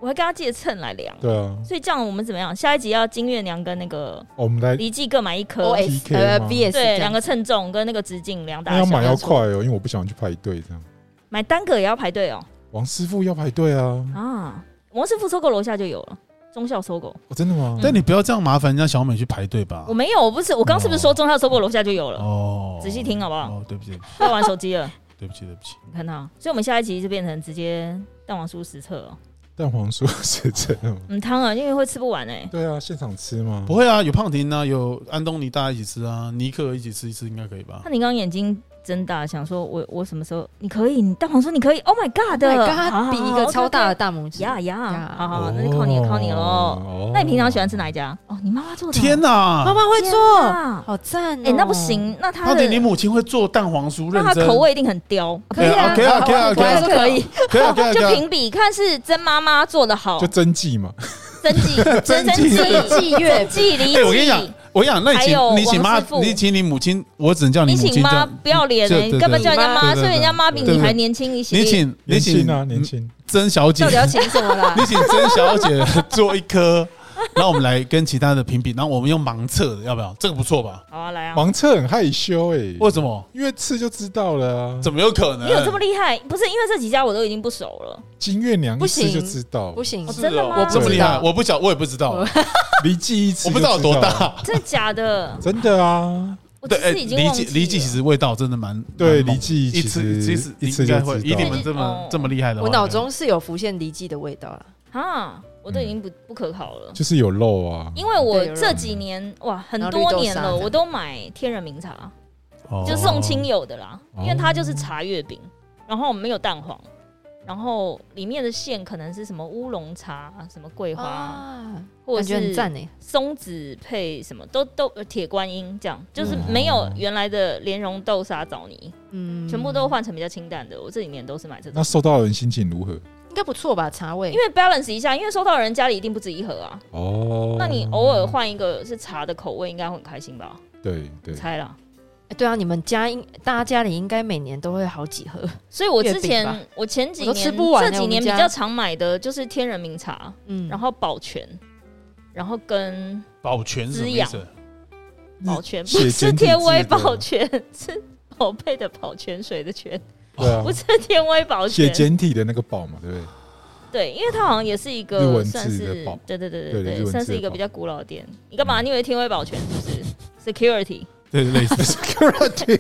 S1: 我还跟他借秤来量。
S3: 对啊，
S1: 所以这样我们怎么样？下一集要金月娘跟那个
S3: 我们来
S1: 李记各买一颗
S4: O，S
S3: PK
S4: 呃
S3: 吗
S4: B S
S1: 对，两个称重跟那个直径量大
S3: 那
S1: 小。
S3: 要买要快哦，因为我不想去排队这样。
S1: 买单个也要排队哦。
S3: 王师傅要排队啊！
S1: 啊，王师傅收购楼下就有了，中校收购。
S3: 哦，真的
S1: 嗯
S3: 吗？
S2: 但你不要这样麻烦人家小美去排队吧
S1: 我。没有，我不是，我刚是不是说中校收购楼下就有了？
S2: 哦
S1: 仔细听好不好
S2: 哦，对不起，
S1: 不要玩手机
S2: *laughs*
S1: 了，
S2: 对不起，对不起。
S1: 你看他。所以我们下一集就变成直接蛋黄酥实测哦。
S3: 蛋黄酥是真的吗？
S1: 嗯，汤啊，因为会吃不完哎、
S3: 对啊，现场吃吗？
S2: 不会啊，有胖婷啊，有安东尼，大家一起吃啊，尼克一起吃一次应该可以吧
S1: 那？你刚刚眼睛睁大，想说我我什么时候你可以？你蛋黄酥你可以？Oh my god！
S4: 对，刚
S1: 好
S4: 刚
S1: 好
S4: 比一
S1: 好
S4: 个
S1: ，OK，OK
S4: 超大的大拇指，
S1: 呀呀
S4: 呀，
S1: 好好，
S3: 哦，
S1: 那就靠你了，靠你喽。
S3: 哦
S1: 那你平常喜欢吃哪一？家？哦，你妈妈做的。
S2: 天哪！
S4: 妈妈会
S1: 天
S4: 做，
S1: 哪！
S4: 好赞哦！
S1: 哎，那不，行，那他
S2: 胖
S1: 的
S2: 婷，你母亲会做蛋黄酥，
S1: 那
S2: 认
S1: 他
S2: 真
S1: 口味一定很刁，
S2: 可以啊可以啊可以啊
S4: 我还说
S1: 可以啊
S4: 可以，
S2: 可以啊，可以啊，
S1: 就
S2: 可以啊。
S1: 评比看是曾妈妈做的好
S3: 就，真迹嘛，
S1: 曾 *laughs* 记
S2: 曾
S1: 曾
S2: 记
S1: 记
S4: 季月
S1: 记离
S2: 哎，我跟你讲
S1: 记，，
S2: 我跟你讲，那你
S1: 还有
S2: 请你请妈
S1: 王师，傅
S2: 你请你母亲，我只能叫你
S1: 你
S2: 母
S1: 请
S2: 亲这
S1: 妈
S2: 样。
S1: 不要脸
S2: 这
S1: 哎，
S2: 对
S1: 你干嘛
S2: 对
S1: 叫人家妈？
S2: 对对
S1: 所以人家妈比
S2: 对
S1: 你
S2: 对
S1: 还年轻一些。
S2: 你请你
S3: 年
S2: 请
S3: 轻啊，年轻。
S2: 曾小姐
S4: 到底，要请什么啦
S2: 你？请曾小姐 *laughs* 做一颗，然后我们来跟其他的评比，然后我们用盲测的，要不要？这个不错吧？
S1: 好啊，来啊！
S3: 王策很害羞哎，
S2: 为什么？
S3: 因为吃就知道了啊。
S2: 怎么有可能？
S1: 你有这么厉害？不是因为这几家我都已经不熟了，
S3: 金月娘
S4: 不
S3: 一
S4: 行
S3: 吃就知道，
S4: 不行
S1: 哦，
S2: 是
S1: 真的
S2: 哦
S1: 吗
S2: 我这么
S3: 对
S2: 厉害，我不晓，我也不知道，
S4: 我
S2: 我
S3: 离记一吃
S2: 不知道有多
S3: 就知了，？
S2: 大。
S1: 真的假的
S3: 真的啊。
S1: 我
S2: 对，
S1: 其
S2: 哎，
S1: 实已经
S2: 离
S1: 忘记
S2: 记
S1: 了
S2: 离记其实味道真的蛮
S3: 对，
S2: 蛮猛
S3: 离记
S2: 一
S3: 其
S2: 吃
S3: 实
S2: 其实
S3: 一
S2: 应
S3: 吃
S2: 该
S3: 就
S2: 会，以
S3: 知
S2: 你
S3: 道
S2: 们。这么
S1: 哦
S2: 这么厉害的话，
S4: 我脑中是有浮现梨记的味道了。
S1: 啊，我都已
S2: 嗯
S1: 经不不可考了。
S3: 就是有肉啊，
S1: 因为我
S4: 对有肉
S1: 这几年哇，很
S4: 然后
S1: 多
S4: 绿豆
S1: 年
S4: 沙
S1: 了，
S4: 这样
S1: 我都买天人茗茶，
S2: 哦
S1: 就宋清友的啦，
S3: 哦
S1: 因为它就是茶月饼，然后没有蛋黄，然后里面的馅可能是什么乌龙茶、什么桂花，
S4: 啊，
S1: 或
S4: 感觉
S1: 者
S4: 很赞
S1: 是
S4: 哎，
S1: 松子配什么都都呃铁观音这样，就是
S3: 嗯
S1: 没有原来的莲蓉豆沙枣泥，
S4: 嗯，
S1: 全部都换成比较清淡的。我这几年都是买这种
S3: 那。受到的人心情如何？
S4: 应该不错吧？茶味，
S3: 嗯
S1: 因为 balance 一下，因为收到的人家里一定不止一盒啊，
S3: 哦，
S1: 那你偶尔换一个是茶的口味，应该会很开心吧？
S3: 对对，
S1: 猜啦。
S4: 哎对啊，你们家应大家家里应该每年都会好几盒，
S1: 所以我之
S4: 月饼
S1: 前我前几年
S4: 我都吃不完欸
S1: 这几年
S4: 我
S1: 比
S4: 们家
S1: 较常买的就是天人茗茶，
S4: 嗯，
S1: 然后保全，然后
S3: 嗯
S1: 跟
S2: 保全是什么意思？
S1: 保全
S3: 血
S1: 不是
S3: 煎
S1: 天威
S3: 地质的
S1: 保全， *laughs* 是宝贝的宝泉水的泉，
S3: 对啊
S1: 不，是天威保
S3: 写
S1: 全。
S3: 简体的那个宝嘛，对不对？
S1: 对，因为它好像也是一
S3: 日
S1: 个
S3: 文
S1: 算
S3: 字的
S1: 是
S3: 保
S1: 对对对
S3: 对
S1: 对
S3: 日文字的嗯
S1: 算是一个
S3: 保
S1: 比较古老的店。你干嘛？你以为天威保全是不是？Security，
S2: 对，类似 security。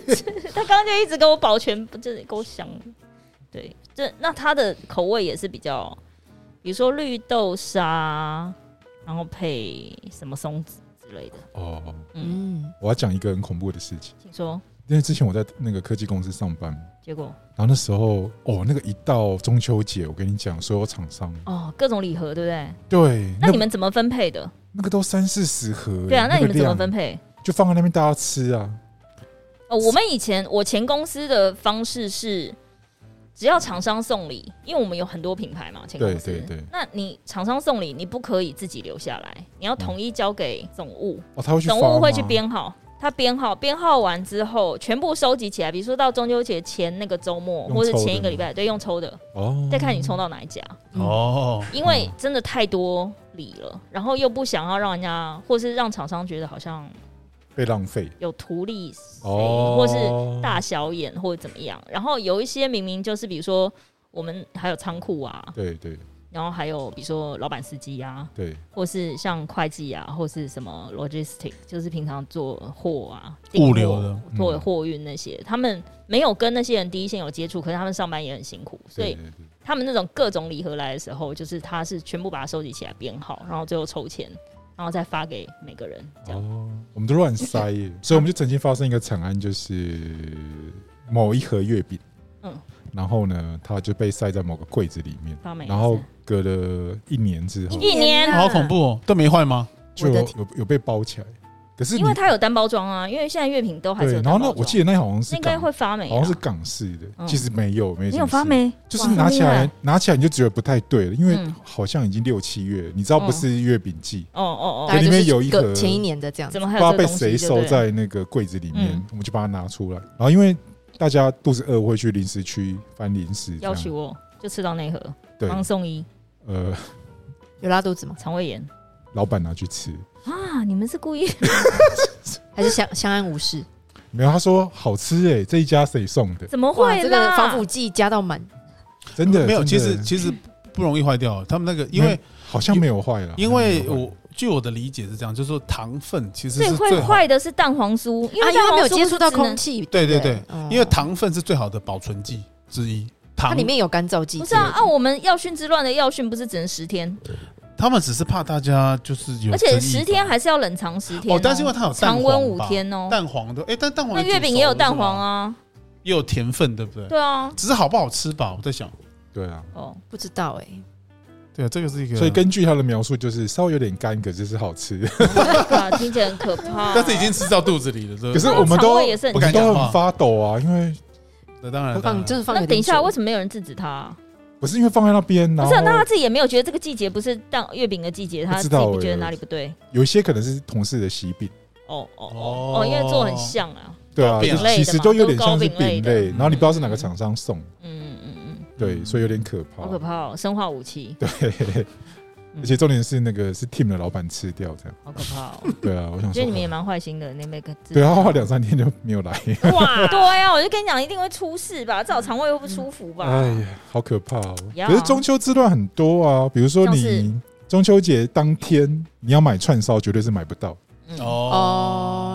S1: 他刚刚就一直跟我保全，不就是给我想，对，这那他的口味也是比较，比如说绿豆沙，然后配什么松子之类的。
S3: *laughs* 哦，
S1: 嗯，
S4: 嗯，
S3: 我要讲一个很恐怖的事情，
S1: 请说，
S3: 因为之前我在那个科技公司上班，
S1: 结果
S3: 然后那时候哦，那个一到中秋节，我跟你讲，所有厂商
S1: 哦，各种礼盒，对不对？
S3: 对，
S1: 那你们怎么分配的？
S3: 那个都三四十盒，欸
S1: 对啊，那
S3: 那
S1: 你
S3: 个
S1: 们怎么
S3: 量
S1: 分配？
S3: 就放在那边大家吃啊，
S1: 呃哦，我们以前我前公司的方式是，只要厂商送礼，因为我们有很多品牌嘛，前公
S3: 对
S1: 司。
S3: 对对，
S1: 那你厂商送礼，你不可以自己留下来，你要统一交给总务，
S3: 哦，他会去
S1: 总
S3: 发
S1: 务会去
S3: 吗，
S1: 编号，他编号，编号完之后全部收集起来，比如说到中秋节前那个周末，
S3: 用
S1: 或者
S3: 抽的
S1: 前一个
S3: 吗
S1: 礼拜，对，用抽的，
S3: 哦，
S1: 再看你抽到哪一家，
S4: 嗯
S2: 哦，
S1: 因
S3: 嗯
S1: 为真的太多礼了，然后又不想要让人家，或是让厂商觉得好像
S3: 被浪费
S1: 有图利谁，
S3: 哦，
S1: 或是大小眼或者怎么样，然后有一些明明就是比如说我们还有仓库啊，
S3: 对对
S1: 然后还有比如说老板司机啊，
S3: 对，
S1: 或是像会计啊，或是什么 logistic，就是平常做货啊、
S2: 物流的
S1: 订货做
S3: 嗯
S1: 货运那些，他们没有跟那些人第一线有接触，可是他们上班也很辛苦，所
S3: 对
S1: 以
S3: 对对
S1: 他们那种各种礼盒来的时候，就是他是全部把它收集起来编号，然后最后抽签，然后再发给每个人这样。
S3: 哦，我们都乱
S1: *laughs*
S3: 塞耶，所以我们就曾经发生一个惨案，就是某一盒月饼，
S1: 嗯，
S3: 然后呢，它就被塞在某个柜子里面，
S1: 发每个
S3: 然
S1: 人
S3: 后隔了一年之
S4: 嗯
S3: 后，
S1: 哎一年啊
S4: 啊
S2: 好恐，怖哦，都没坏吗？
S3: 就
S4: 我的
S3: 有
S4: 天
S3: 有有被包起来，可是你
S1: 因为它有单包装啊，因为现在月品都还是
S3: 对，
S1: 有
S3: 然
S1: 单
S3: 后
S1: 包
S3: 那
S1: 装。
S3: 我记得那好像是
S1: 那应该
S3: 港
S1: 会发霉啊，
S3: 好像是港式的，
S1: 嗯
S3: 其实没有，没
S1: 你
S3: 什
S1: 有
S3: 么
S1: 发
S3: 事
S1: 霉？
S3: 就是
S1: 哇
S3: 拿起
S1: 好厉
S3: 来
S1: 害
S3: 拿起来你就觉得不太对了，因为
S1: 嗯
S3: 好像已经六七月了，你知道不
S1: 嗯
S3: 是月饼季，
S1: 哦哦
S4: 大概
S1: 哦，
S3: 对
S4: 就
S3: 里
S4: 是
S3: 面有一
S4: 个
S3: 盒
S4: 前一年的这样子
S1: 怎，么
S3: 不
S1: 还
S3: 知
S1: 有
S3: 道
S1: 这个
S3: 被
S1: 东西
S3: 谁
S1: 就
S3: 收
S1: 对了
S3: 在那个柜子里面
S1: 嗯，
S3: 我们就把它拿出来。然后因为大家肚子饿会去零食区翻零食，这
S1: 要
S3: 样
S1: 求我就吃到那盒，
S3: 对，
S1: 帮送一
S3: 呃，
S4: 有拉肚子吗？
S1: 肠胃炎
S3: 老板拿去吃，
S1: 啊！你们是故意？啊
S4: 还是相相安无事？
S3: 没有，他说好吃哎、这一家谁送
S1: *laughs*
S3: 的？
S1: 怎么
S4: 哇，
S1: 会
S4: 这
S1: 啦？
S4: 个防腐剂加到满，
S3: 真的
S2: 没有，
S3: 真的
S2: 其实其实不容易坏掉。他们那个，因为
S3: 好像没有坏了，
S2: 因
S3: 好像没
S2: 为
S3: 有坏
S2: 我据我的理解是这样，就是说糖分其实
S1: 最
S2: 是
S1: 会
S2: 最好，
S1: 坏的是蛋黄酥，因
S4: 啊，
S1: 为蛋
S4: 因为它
S1: 黄
S4: 没有
S1: 酥
S4: 接触到
S1: 是只能
S4: 空气，
S2: 对对
S4: 不
S2: 对，
S4: 哦
S2: 因为糖分是最好的保存剂之一。
S4: 它
S2: 糖
S4: 里面有干燥剂
S1: 不
S4: 之类的，
S1: 是啊，啊，我们药讯之乱的药讯不是只能十天，
S2: 他们只是怕大家就是有争议吧，
S1: 而且十天还是要冷藏十天
S2: 哦，但是因为它有蛋
S1: 常
S2: 黄
S1: 温五
S2: 吧
S1: 天哦。
S2: 蛋黄的，哎，但蛋黄
S1: 那
S2: 也
S1: 月饼
S2: 煮熟
S1: 也有
S2: 了
S1: 蛋
S2: 是吗
S1: 黄，啊，
S2: 也有甜分，对不对？
S1: 对啊，
S2: 只是好不好吃吧，我在想。
S3: 对啊。
S1: 哦，
S4: 不知道哎、
S2: 对啊，这嗯个是一个，
S3: 所以根据他的描述，就是稍微有点干，可是是好吃。
S1: 啊听起来很可怕。
S2: *laughs* 但是已经吃到肚子里了，对不对
S3: 可是我们都
S1: 肠胃也是很
S2: 不
S3: 我们
S2: 敢
S3: 都
S2: 讲话
S3: 很发抖啊，因为
S2: 那当然，当
S4: 放
S2: 然
S4: 就是放
S1: 嗯
S4: 有
S1: 那等
S4: 点
S1: 一下，
S4: 久
S1: 为什么没有人制止他啊？
S3: 不是因为放在那边，然
S1: 不
S3: 后
S1: 是啊，那他自己也没有觉得这个季节不是蛋月饼的季节，他
S3: 不
S1: 自
S3: 知
S1: 己
S3: 道
S1: 不
S3: 欸
S1: 觉得哪里不对。
S3: 有一些可能是同事的喜饼，
S1: 哦哦
S2: 哦
S1: 哦哦，因为做很像啊。
S3: 对啊，
S2: 糕饼
S3: 就
S1: 类的
S3: 其实
S1: 嘛
S3: 都有
S1: 都
S3: 点像
S1: 糕
S3: 是
S1: 饼类
S3: 饼
S1: 的
S3: 类，然后你不知道是哪
S1: 嗯
S3: 个厂商送，
S1: 嗯嗯嗯，
S3: 对，所以有点可怕
S1: 好。可怕哦，生化武器，
S3: 对，
S1: 嗯
S3: 而且重点是那个是 team 的老板吃掉这样。
S1: 好可怕
S3: *laughs*
S1: 哦。
S3: 对啊，我
S1: 我
S3: 想
S1: 觉得
S3: 说
S1: 你们也蛮坏心的，你每个字
S3: 对，他啊花两三天就
S1: *laughs*
S3: 没有来， *laughs*
S1: 哇，对啊，我就跟你讲，一定会出事吧，至少肠胃会不舒服吧。
S3: 哎呀，好可怕哦！
S1: 呀
S3: 可是中秋之乱很多啊，比如说
S1: 像是
S3: 你中秋节当天你要买串烧，绝对是买不到。
S1: 嗯，
S2: 哦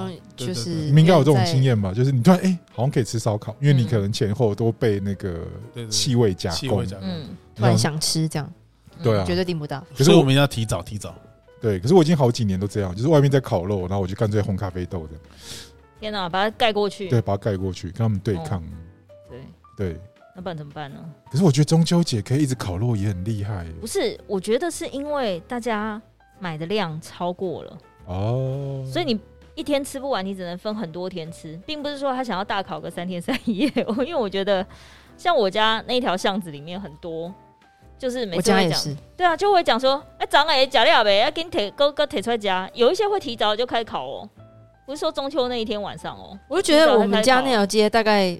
S4: 哦，
S2: 对对
S4: 就是
S2: 对
S3: 你们应该有这种经
S4: 在，
S3: 验吧？就是你突然哎、好像可以吃烧烤，因为你
S1: 嗯
S3: 可能前后都被那个
S2: 对对对
S3: 气味
S2: 嗯
S3: 加
S2: 气
S3: 工
S2: 味。加工，
S1: 嗯，
S4: 突然想吃这样，
S3: 对啊
S4: 绝对订不到。
S2: 可
S3: 可是
S2: 是
S3: 我
S2: 我们
S3: 们
S2: 要提早提早，
S3: 对，可是我已经好几年都这样，就是外面在烤肉，然后我就干脆烘咖啡豆的，
S1: 天哪，把它盖过去。
S3: 对，把它盖过去，跟他们对抗。
S1: 哦对，
S3: 对，
S1: 那不然怎么办呢？
S3: 可是我觉得中秋节可以一直烤肉也很厉害耶
S1: 不是，我觉得是因为大家买的量超过了，
S3: 哦。
S1: 所以你。一天吃不完，你只能分很多天吃，并不是说他想要大烤个三天三夜。 *laughs* 我因为我觉得，像我家那条巷子里面很多，就是每
S4: 我
S1: 次
S4: 家
S1: 会
S4: 也
S1: 讲，
S4: 是，
S1: 对啊，就会讲说，哎、长哎假料呗，要给你提哥哥提出来夹。有一些会提早就开烤哦，不是说中秋那一天晚上哦，
S4: 我就觉得我们家
S1: 提早就开烤
S4: 那条街大概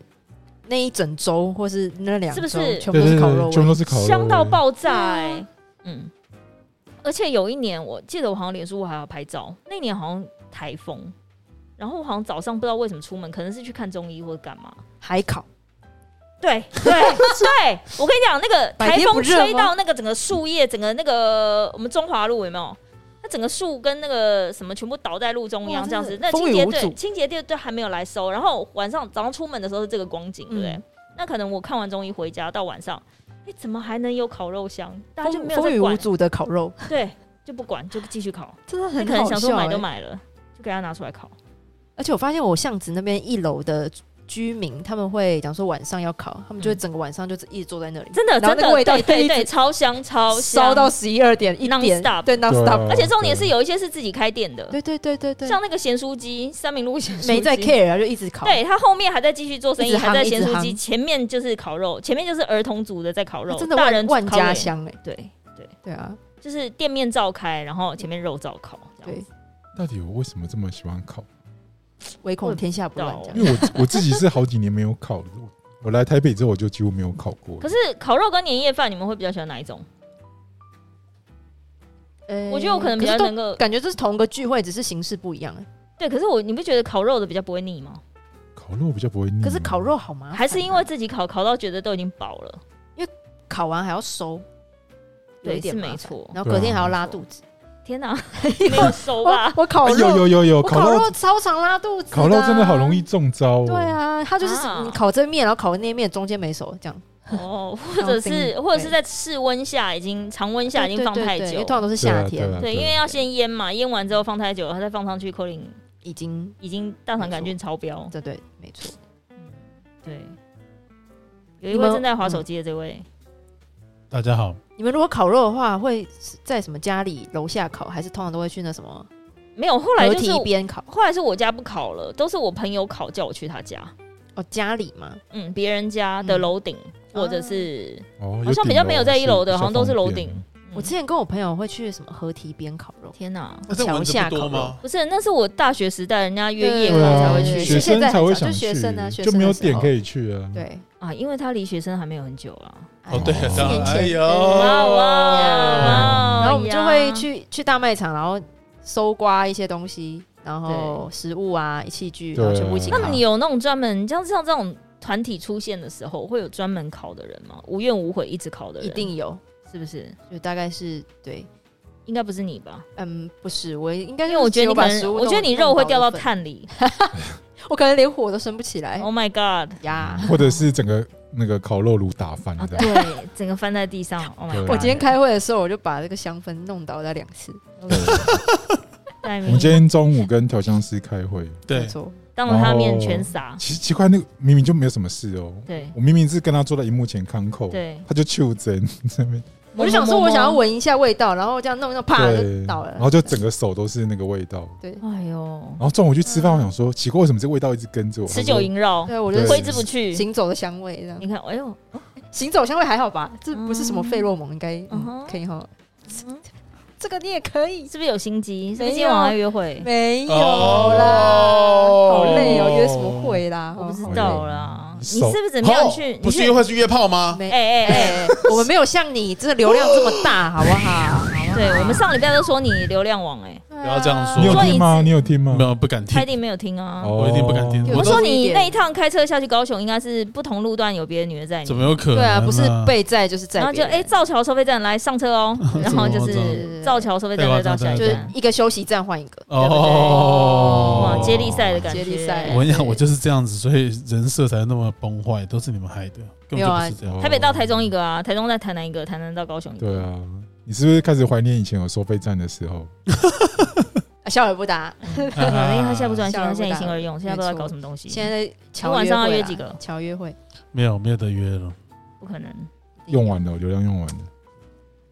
S4: 那一整周或是那两
S1: 是
S4: 周
S1: 不是
S4: 全部
S3: 对
S4: 都
S3: 对
S4: 是
S3: 对
S4: 烤肉
S3: 全部
S4: 味
S3: 都，是烤肉，
S1: 香到。爆炸哎、
S4: 对啊
S1: 嗯。而且有一年，我记得我好像脸书我还要拍照，那年好像台风，然后我好像早上不知道为什么出门，可能是去看中医或者干嘛。
S4: 海烤
S1: 对
S4: *laughs*
S1: 对对，我跟你讲，那个
S4: 白
S1: 台
S4: 天不
S1: 风
S4: 热吗
S1: 吹到那个整个树叶，整个那个我们中华路有没有？那整个树跟那个什么全部倒在路中央
S4: 哇
S1: 这样子
S4: 真，的
S1: 那
S4: 风
S1: 清
S4: 雨
S1: 洁
S4: 无阻
S1: 队清洁队都还没有来收，然后晚上早上出门的时候是这个光景，对不对
S4: 嗯？
S1: 那可能我看完中医回家到晚上，哎，怎么还能有烤肉香？大家就
S4: 风
S1: 没有
S4: 风
S1: 在
S4: 雨无
S1: 管，
S4: 阻的烤肉，
S1: 对，就不管，就继续烤。
S4: 真的
S1: 你
S4: 很
S1: 可能
S4: 好
S1: 想说
S4: 笑
S1: 买
S4: 欸
S1: 都。买了，就给他拿出来烤。
S4: 而且我发现我巷子那边一楼的居民他们会讲说晚上要烤，他们就会整个晚上就一直坐在那里，
S1: 真的
S4: 然
S1: 真
S4: 后那个
S1: 的，
S4: 味道
S1: 对对
S4: 一直
S1: 对，超香超香，
S4: 烧到十一二点一点
S1: Non-stop
S4: 对 non
S3: 对
S4: stop，
S3: 啊
S1: 而且重点是有一些是自己开店的，
S4: 对对对对对，
S1: 像那个咸酥鸡，三明路咸酥鸡
S4: 没在 care 啊就一直烤，
S1: 对他后面还在继续做生
S4: 一
S1: 意，
S4: 直夯
S1: 还在咸酥
S4: 一
S1: 鸡，
S4: 直
S1: 前面就是烤肉，前面就是儿童组的在烤肉，
S4: 哎真的
S1: 大
S4: 万
S1: 人
S4: 万
S1: 烤肉
S4: 家
S1: 也，
S4: 香哎、
S1: 对对，
S4: 对啊，
S1: 就是店面照开，然后前面肉照烤，这样子
S3: 到底我为什么这么喜欢烤？
S4: 唯恐天下不乱这
S1: 我也不
S4: 样
S1: 知。
S3: 因为我我自己是好几年没有烤了，我我来台北之后我就几乎没有烤过。
S1: 可是烤肉跟年夜饭，你们会比较喜欢哪一种？
S4: 呃
S1: 我觉得我可能比较
S4: 是都
S1: 能够
S4: 感觉这是同个聚会，只是形式不一样、欸。
S1: 对，可是我你不觉得烤肉的比较不会腻吗？
S3: 烤肉比较不会腻吗，
S4: 可是烤肉好麻烦啊、
S1: 还是因为自己烤烤到觉得都已经饱了？
S4: 烤完还要收，有
S1: 对
S4: 一点
S1: 是
S4: 麻
S1: 没
S4: 烦
S1: 错
S4: 然后隔天还要拉肚子。
S1: 天
S4: *laughs*
S1: 哪，没有啊熟吧？
S4: 我烤
S3: 哎
S4: 肉，
S3: 有有有有
S4: 我烤
S3: 烤肉
S4: 肉超常拉肚子，啊
S3: 烤肉真的好容易。中招哦。
S4: 对啊，它就是
S1: 啊
S4: 你烤这面，然后烤那面，中间没熟，这样
S1: 哦，或者是
S4: 对
S1: 或者是在室温下已经常温下已经放
S4: 对对
S1: 太
S4: 对对因
S1: 久
S4: 为，通常都是夏天
S3: 对啊，
S1: 对，因为要先腌嘛，腌完之后放太久，它再放上去，可能
S4: 已经
S1: 已经大肠杆菌超标。
S4: 对对，没错。
S1: 对，有一
S4: 你
S1: 位
S4: 们嗯
S1: 正在划手机的这位，
S2: 大家好，
S4: 你们如果烤肉的话，会在什么家里楼下烤，还是通常都会去那什么
S1: 没有，后来
S4: 合
S1: 就是
S4: 体边烤？
S1: 后来是我家不烤了，都是我朋友烤，叫我去他家，
S4: 哦，家里嘛，
S1: 嗯，别人家的
S4: 嗯
S1: 楼顶或者是
S3: 哦，
S1: 好像比较没有在一楼的
S3: 是
S1: 好像都是楼
S3: 小
S1: 顶
S3: 方
S1: 嗯
S3: 便
S4: 我之前跟我朋友会去什么合体边烤肉，
S1: 天哪，
S2: 那这蚊子不多
S4: 墙下烤
S2: 吗？
S1: 不是，那是我大学时代人家约夜烤
S3: 对啊
S1: 才会
S4: 对
S1: 去
S3: 学
S1: 的
S4: 是现
S3: 生
S4: 在
S3: 才
S4: 很
S3: 会
S4: 少
S3: 想
S4: 就学生啊
S3: 去，
S4: 学
S3: 就
S4: 生
S3: 没有
S4: 的时
S3: 点
S4: 候
S3: 可以去啊。
S4: 对，
S1: 啊，因为他离学生还没有很久啊。
S2: 哦，对
S3: 哦，
S2: 当然
S4: 四
S2: 哎
S4: 年前
S2: 呦，
S1: 哇哇
S4: 哎呀
S1: 哇！
S4: 然后我们就
S1: 呀
S4: 会去去大卖场，然后搜刮一些东西，然后食物啊、器具，然后
S3: 对
S4: 全部一起烤。
S1: 那你有那种专门像像这种团体出现的时候，会有专门考的人吗？无怨无悔一直考的人，
S4: 一定有，
S1: 是不是？
S4: 就大概是对，
S1: 应该不是你吧？
S4: 嗯，不是，我应该
S1: 因
S4: 是
S1: 为我觉得
S4: 只有
S1: 你可
S4: 把食
S1: 能，
S4: 物，
S1: 我觉得你肉会掉到，碳里。
S4: 我可能连火都生不起来
S1: Oh my god！
S4: 呀。
S3: 或者是整个那个烤肉炉打翻
S1: 啊，
S3: 这样。
S1: 对，整个翻在地上。Oh my
S3: 对
S1: god！
S4: 哦我今天开会的时候，我就把这个香氛弄倒了两次，
S1: 在
S3: 我们今天中午跟调香师开会，
S4: 没
S2: 对，
S4: 错，
S1: 当着他面全
S4: 哦
S1: 撒。
S3: 其实奇怪，那个明明就没有什么事哦。
S1: 对
S3: 我明明是跟他坐在荧幕前看扣，
S1: 对，
S3: 他就袖珍
S1: *laughs*
S3: 这边，
S4: 我就想说，我想要。闻一下味道，然后这样弄一弄，啪
S3: 对，
S4: 就倒了。
S3: 然后就整个手都是那个味道。
S1: 哎呦
S3: 然，后中午去吃饭，我想说奇怪，为什么这味道一直跟着我？
S1: 持久萦绕，
S4: 对我就
S1: 挥
S3: 对
S4: 是
S1: 之不去。
S4: 行走的香味这样。
S1: 你看，哎呦，
S4: 行走香味还好吧？这不是什么费洛蒙，应该、嗯
S1: 嗯哼
S4: 可以哈。
S1: 嗯
S4: 这个你也可以，
S1: 是不是有心机？是不是今
S4: 没
S1: 天
S4: 有
S1: 晚上约会？
S4: 没有啦，
S2: 哦
S4: 好累哦，约什么会啦？
S1: 我不知
S4: 哦
S1: 道啦。你是
S3: 手
S1: 不是怎么样
S2: 哦
S1: 去？你
S2: 不是约会是约炮吗？
S4: 没哎
S1: 哎哎哎！
S4: 哎， *laughs* 我们没有像你这流量这么大，好不
S1: *laughs*
S4: 好？
S1: 对我们上礼拜都说你流量网哎、
S4: 不
S2: 要这样说
S3: 你有
S1: 说
S3: 听
S1: 一
S3: 吗？
S1: 次
S3: 你有听吗
S2: 没？有，不敢听
S1: 他一。定没有听啊。
S3: 哦
S2: 我一定不敢听
S4: 有
S1: 我
S2: 我
S1: 说
S2: 都
S1: 你那一趟开车下去高雄，应该是不同路段有别的女的在
S2: 怎
S1: 你，
S2: 么有可能？
S4: 对啊，不是被载就是载
S1: 然后就
S4: 别人，
S1: 哎造桥收费站来上车哦，然后就
S2: 怎么
S1: 是
S4: 了
S1: 造桥收费站
S2: 对
S1: 再到
S2: 啊
S1: 下一
S4: 就
S2: 对啊对
S4: 是
S1: 站，
S4: 一个休息站换一个，
S2: 哦，
S1: 哇接力赛的感
S4: 接力赛
S1: 觉。
S2: 我跟你讲，我就是这样子，所以人设才那么崩坏，都是你们害的，根本就不是这样。
S1: 台北到台中一个啊，台中在台南一个，台南到高雄一个。
S3: 对啊，你是不是开始怀念以前有收费站的时候？
S4: 啊笑而不答。
S1: 对啊，因为他现在不专心，
S4: 啊
S1: 他现在一心二用，现在不知道在搞什么东西，
S4: 现在在乔
S1: 晚上要
S4: 约
S1: 约
S4: 会啊啦
S1: 几个
S4: 乔约会
S2: *laughs* 没有没有得约了，
S1: 不可能
S3: 用完了，流量用完了。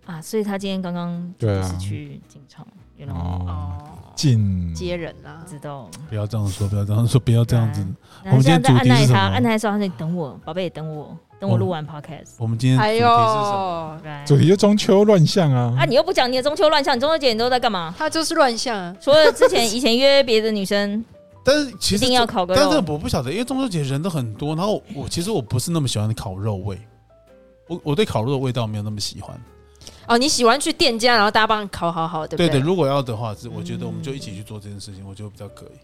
S1: 啊。所以他今天刚刚就
S3: 对啊
S1: 是去进场，原来
S3: 哦，
S4: 哦，
S3: 进
S4: 接人啊啦
S1: 不，知道。
S2: 不要这样说，不要这样说，不要这样子。
S1: 然
S2: 我
S1: 后
S2: 们今
S1: 啊现在在
S2: 天主
S1: 按
S2: 题是
S1: 耐
S2: 什
S1: 他，
S2: 么
S1: 按耐他说：“你等我，宝贝，等我，等我录完 podcast。
S2: 我们今天主题
S4: 哎
S2: 是什么？
S4: 呦，
S1: Right ”
S3: 哦主题就中秋乱象啊
S1: 啊，。你又不讲你的中秋乱象，你中秋节你都在干嘛？ *laughs*
S4: 他就是乱象啊。
S1: 除了之前以前约别的女
S3: *laughs*
S1: 生，
S2: 但是
S1: 一
S2: 其实
S1: 定要烤个
S2: 但是
S1: 肉，
S2: 我不晓得，因为中秋节人都很多，然后我其实我不是那么喜欢烤肉味，我我对烤肉的味道没有那么喜欢。
S4: 哦，你喜欢去店家，然后大家帮你烤好好，对不
S2: 对的，
S4: 对？
S2: 如果要的话，是我觉得我
S1: 嗯
S2: 们就一起去做这件事情，我觉得比较可以。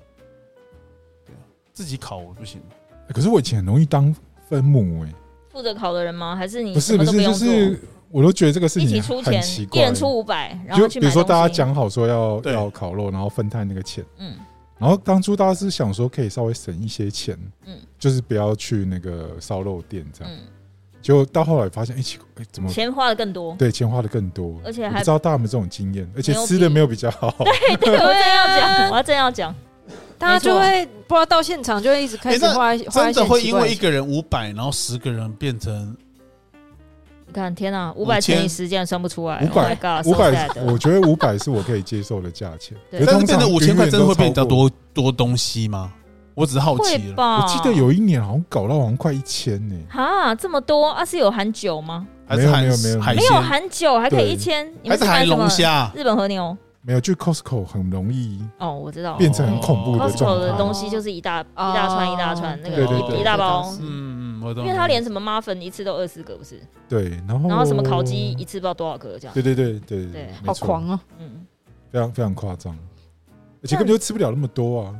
S2: 对啊，自己烤我不行，
S3: 哎可是我以前很容易当分母哎，
S1: 负责烤的人吗？还是你
S3: 不
S1: 什
S3: 是
S1: 么
S3: 不
S1: 都
S3: 是，
S1: 用
S3: 就
S1: 做？
S3: 是我都觉得这个事
S1: 一起
S3: 情
S1: 出
S3: 很
S1: 钱
S3: 奇，
S1: 一
S3: 怪。
S1: 人出五百，然后
S3: 就
S1: 去
S3: 比
S1: 买
S3: 如说
S1: 东
S3: 大家
S1: 西，
S3: 讲好说要
S2: 对
S3: 要烤肉，然后分摊那个钱，
S1: 嗯，
S3: 然后当初大家是想说可以稍微省一些钱，
S1: 嗯
S3: 就是不要去那个烧肉店这样。
S1: 嗯，
S3: 结果到后来发现，哎、奇怪，哎、怎么
S1: 钱花的更
S3: *laughs*
S1: 多。 *laughs*
S3: 对钱花的更多？
S1: 而且
S3: 我
S1: 还
S3: 不知道大家有没有这种经验，而且
S1: 没有
S3: 吃的
S1: 比
S3: 没有比较好。
S1: 啊对，我真要讲，我要真要讲，
S4: 啊大家就会不知道到现场就会一直开始
S2: 诶那
S4: 画一画
S2: 真
S4: 一些
S2: 的
S4: 很
S2: 会
S4: 奇
S2: 因
S4: 怪
S2: 为
S4: 的
S2: 一个人五百，然后十个人变成
S1: 你看，天哪，五百乘以十，竟然算不出来。
S3: 500
S1: Oh my god，
S3: 五
S1: so
S3: 百
S1: sad，
S3: 我觉得五百是我可以接受的价钱。
S1: 对
S3: 可
S2: 但
S3: 通
S2: 是变
S3: 常
S2: 成五千块，
S3: 永远
S2: 真的会变比
S3: 都
S2: 较
S3: 超过。
S2: 多多东西吗？我只是好
S1: 会
S2: 奇了。
S1: 吧？
S3: 我记得有一年好像搞到好像快一千呢。
S1: 哈这么多啊？是有含酒吗？
S2: 还是海
S3: 没有没有没有
S2: 海
S1: 没有
S2: 鲜，
S1: 含酒，还可以
S3: 对
S1: 一千，你
S2: 还
S1: 们
S2: 是
S1: 买
S2: 海
S1: 什么
S2: 龙？虾？
S1: 日本和牛
S3: 没有，去 Costco 很容易
S1: 哦，我知道。
S3: 变成很恐怖的
S1: Costco
S3: 状
S1: 的
S3: 态。
S1: 东西就是一大一
S4: 哦
S1: 大串一大串，那
S4: 对
S1: 个
S3: 对
S1: 一
S3: 对
S1: 一大
S4: 对
S1: 包
S4: 对对，
S2: 嗯嗯，我懂。
S1: 因为它连什么妈粉一次都二十个不是，
S3: 对，然后
S1: 然后什么烤鸡一次不知道多少个这样。
S3: 哦对对对对
S1: 对
S3: 没
S4: 好
S3: 错
S4: 狂哦！
S1: 嗯，
S3: 非常非常夸张，
S1: 啊
S3: 而且根本就吃不了那么多啊。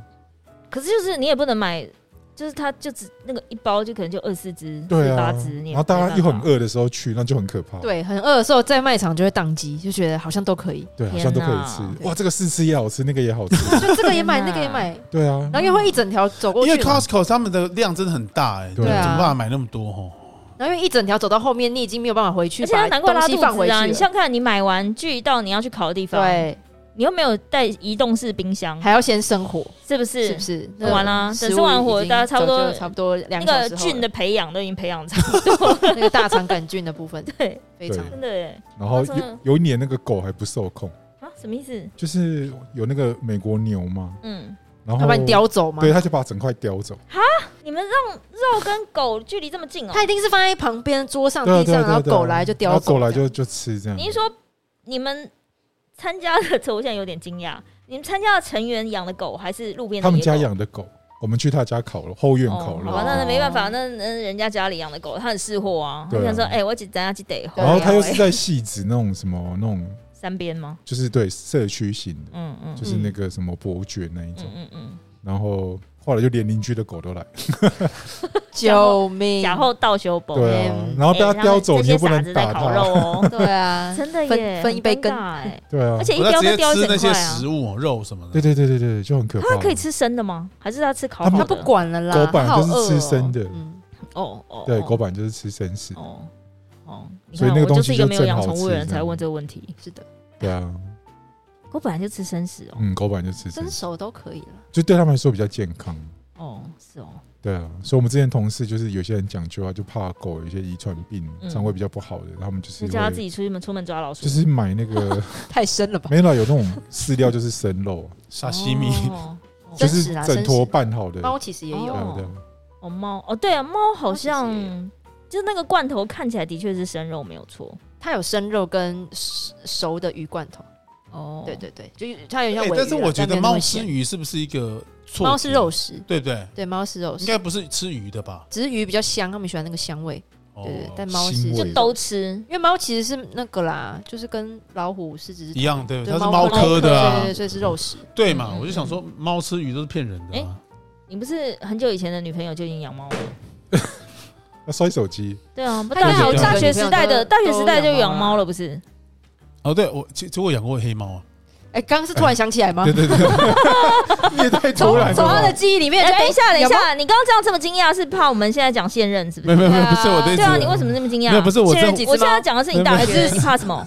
S1: 可是就是你也不能买，就是它就只那个一包就可能就二十只、
S3: 对
S1: 十八
S3: 啊
S1: 只，你也，
S3: 然后大
S1: 没
S3: 家
S1: 办
S3: 又很
S1: 法，
S3: 饿的时候去，那就很可怕。
S4: 对，很饿的时候在卖场就会宕机，就觉得好像都可
S2: *laughs*
S4: 以，
S3: 对，好
S1: 天
S3: 像都可以
S1: 哪
S3: 吃。
S4: 对
S3: 哇，这个试吃也好吃，那个也好
S4: *laughs*
S3: 吃。
S4: 就这个也买，
S1: 天哪
S4: 那个也买，
S3: 对啊
S4: 然，后又会一整条走过去
S2: 因
S4: 嘛，
S2: 为 Costco 他们的量真的很大哎，
S3: 对啊
S2: 怎么办法买那么多哦？
S4: 然后又一整条走到后面，你已经没有办法回去，
S1: 而且它难怪
S4: 把
S1: 拉
S4: 东
S1: 肚
S4: 西放回
S1: 子
S4: 去
S1: 啊！
S4: 了。
S1: 你想想看，你买完聚到你要去烤的地方，
S4: 对，
S1: 你又没有带移动式冰箱，
S4: 还要先生火，
S1: 是不是？
S4: 是不是？
S1: 对完啦等生完火
S4: 食物已经
S1: 大家差不多
S4: 早就差不多两
S1: 那
S4: 小
S1: 个
S4: 时后了
S1: 菌的培养都已经培养差不多了，
S4: 那个大肠杆菌的部分
S1: *laughs* 对，
S4: 非常
S1: *laughs* 真的耶
S3: 然后
S1: 真的
S3: 有有一年那个狗还不受控，
S1: 啊，什么意思？
S3: 就是有那个美国牛嘛，
S1: 嗯，
S3: 然后
S4: 他把你叼走吗？
S3: 哦对，他就把整块叼走。
S1: 你们让肉跟狗距离这么近哦、
S4: 他一定是放在旁边桌上、
S3: 对啊
S4: 地
S3: 对
S4: 上，
S3: 啊对
S4: 然后
S3: 啊对啊，
S4: 狗来就叼
S3: 然
S4: 走
S3: 后
S4: 这样，
S3: 狗来就就吃这样
S1: 你。是说你们参加的，这我现在有点惊讶，你们参加的成员养的狗还是路边的
S3: 他们
S1: 野狗
S3: 家养的狗，我们去他家烤肉，后院烤
S1: 哦，好
S3: 肉
S1: 吧，，那那没办法，那那人家家里养的狗，它很识货啊。
S3: 对
S1: 我
S3: 啊
S1: 想说，哎，我只咱家几
S3: *laughs*
S1: 得，
S4: 对
S3: 然后他又是
S1: 哎
S3: 在戏子那种什么那种，
S1: 山边吗？
S3: 就是对社区型的，
S1: 嗯嗯
S3: 就是那个什么伯爵那一种。
S1: 嗯嗯嗯，
S3: 然后后来就连邻居的狗都来，
S4: 救
S3: 啊
S4: 命！
S1: 假后倒修狗，
S3: 对啊
S4: 嗯，
S3: 然后被他
S1: 嗯哦哎
S3: 叼走，
S1: 这
S3: 你
S1: 些
S3: 又不
S1: 傻
S3: 能
S1: 子在
S3: 打
S1: 烤
S3: 它
S1: 肉，
S3: *laughs*
S1: 哦，
S4: 对啊，
S1: 真 *laughs* 的耶，
S4: 分分一杯羹
S1: 很尴尬哎，
S3: 对啊
S1: 而，且一
S2: 我
S1: 叼
S2: 在
S1: 就
S2: 直接
S1: 叼一
S2: 吃那
S1: 整块
S2: 些
S1: 啊
S2: 食。物哦肉什么
S3: 对
S2: 的，
S3: 对对对对，就很可怕。
S1: 它可以吃生的吗？还是它吃烤
S3: 他
S1: 好
S3: 们
S4: 他
S1: 的？
S4: 不管了啦，
S3: 狗本来
S4: 他好
S3: 就是
S4: 饿
S3: 吃
S4: 哦
S3: 生的
S4: 嗯
S1: 哦哦，
S3: 对，
S1: 哦
S3: 狗板就是吃生食，
S1: 哦哦，你
S3: 所以
S1: 看
S3: 那个
S1: 我就
S3: 东
S1: 是
S3: 西
S1: 一个
S3: 就
S1: 没有
S3: 正
S1: 养
S3: 好
S1: 宠物
S3: 吃
S1: 的人
S3: 这
S1: 才
S3: 样
S1: 问这个问题。
S4: 是的，
S3: 对啊，
S1: 我本来就吃生食哦。
S3: 嗯，狗板就吃生
S4: 蒸
S3: 食，
S4: 熟都可以了。
S3: 就对他们来说比较健康。
S1: 哦，是哦，
S3: 对啊，所以我们之前同事就是有些人讲究啊，就怕狗有一些遗传病
S1: 嗯，
S3: 肠胃比较不好的，他们就是
S1: 就叫他
S3: 会
S1: 自己出去门出门抓老鼠。哦
S3: 就是买那
S1: *laughs*
S3: 个
S4: 太深了吧？
S3: 没啦，有那种饲料就是生肉，啊
S2: 沙西米。哎
S1: 哦，
S3: *laughs*
S1: 哦
S3: 就
S4: 真
S3: 是
S4: 实啊
S3: 整坨
S4: 真实
S3: 拌好的，
S4: 猫其实也有，
S3: 对啊对啊，
S1: 哦猫哦对啊，猫好
S4: 猫其实
S1: 像就是那个罐头看起来的确是生肉没有错。
S4: 它有生肉跟熟熟的鱼罐头。
S1: 哦
S4: 对，对对，就是它有点像
S2: 哎
S4: 尾鱼啊。
S2: 但是我觉
S4: 但
S2: 得
S4: 没有那么
S2: 猫吃
S4: 咸，
S2: 鱼是不是一个错？
S4: 猫是肉，食，
S2: 对不对？
S4: 对，猫是肉
S2: 应
S4: 食，
S2: 该不是吃鱼的吧？
S4: 只是鱼比较香，他们喜欢那个香味。
S2: 哦
S4: 对对但猫是
S3: 腥味
S1: 就都吃。
S4: 因为猫其实是那个啦，就是跟老虎、狮子是
S2: 一样，对，
S4: 对
S2: 它是
S4: 猫
S2: 猫科的
S4: 对
S2: 啊
S4: 对，对，所以是肉食。
S2: 对嘛？
S1: 嗯
S2: 我就想说，猫吃鱼都是骗人的啊。
S4: 哎
S1: 你不是很久以前的女朋友就已经养猫了？
S3: 要摔手机，
S1: 对啊，不
S4: 但
S1: 大
S2: 是
S1: 学
S2: 有
S1: 大
S2: 的
S1: 学
S4: 女朋
S1: 时
S4: 友
S1: 代的
S4: 都
S1: 大学时代
S4: 都
S1: 就
S4: 养
S1: 养
S4: 猫
S1: 猫
S4: 啊
S1: 了，不是？
S2: 哦，对我其实我养过黑猫啊，
S4: 哎，刚刚是突然想起来吗
S3: 对？对 *laughs* 对，你也太突
S4: 从
S3: 然
S4: 从他的
S3: 了吧。
S4: 记忆里面，
S1: 哎，
S4: 哎
S1: 等一下，等一，
S4: 养猫
S1: 下，你刚刚这样这么惊讶，是怕我们现在讲现任是不
S2: 没有没
S1: 是？
S2: 有，没有
S4: 对啊
S2: 不是我的
S1: 对
S2: 意思
S1: 啊，，你为什么那么惊讶？
S2: 没有不是我
S4: 现任
S2: 这
S4: 几
S1: 我
S4: 只
S1: 现在
S4: 猫？
S1: 讲的是你大
S2: 没
S1: 学
S2: 有没
S1: 的，你怕什么？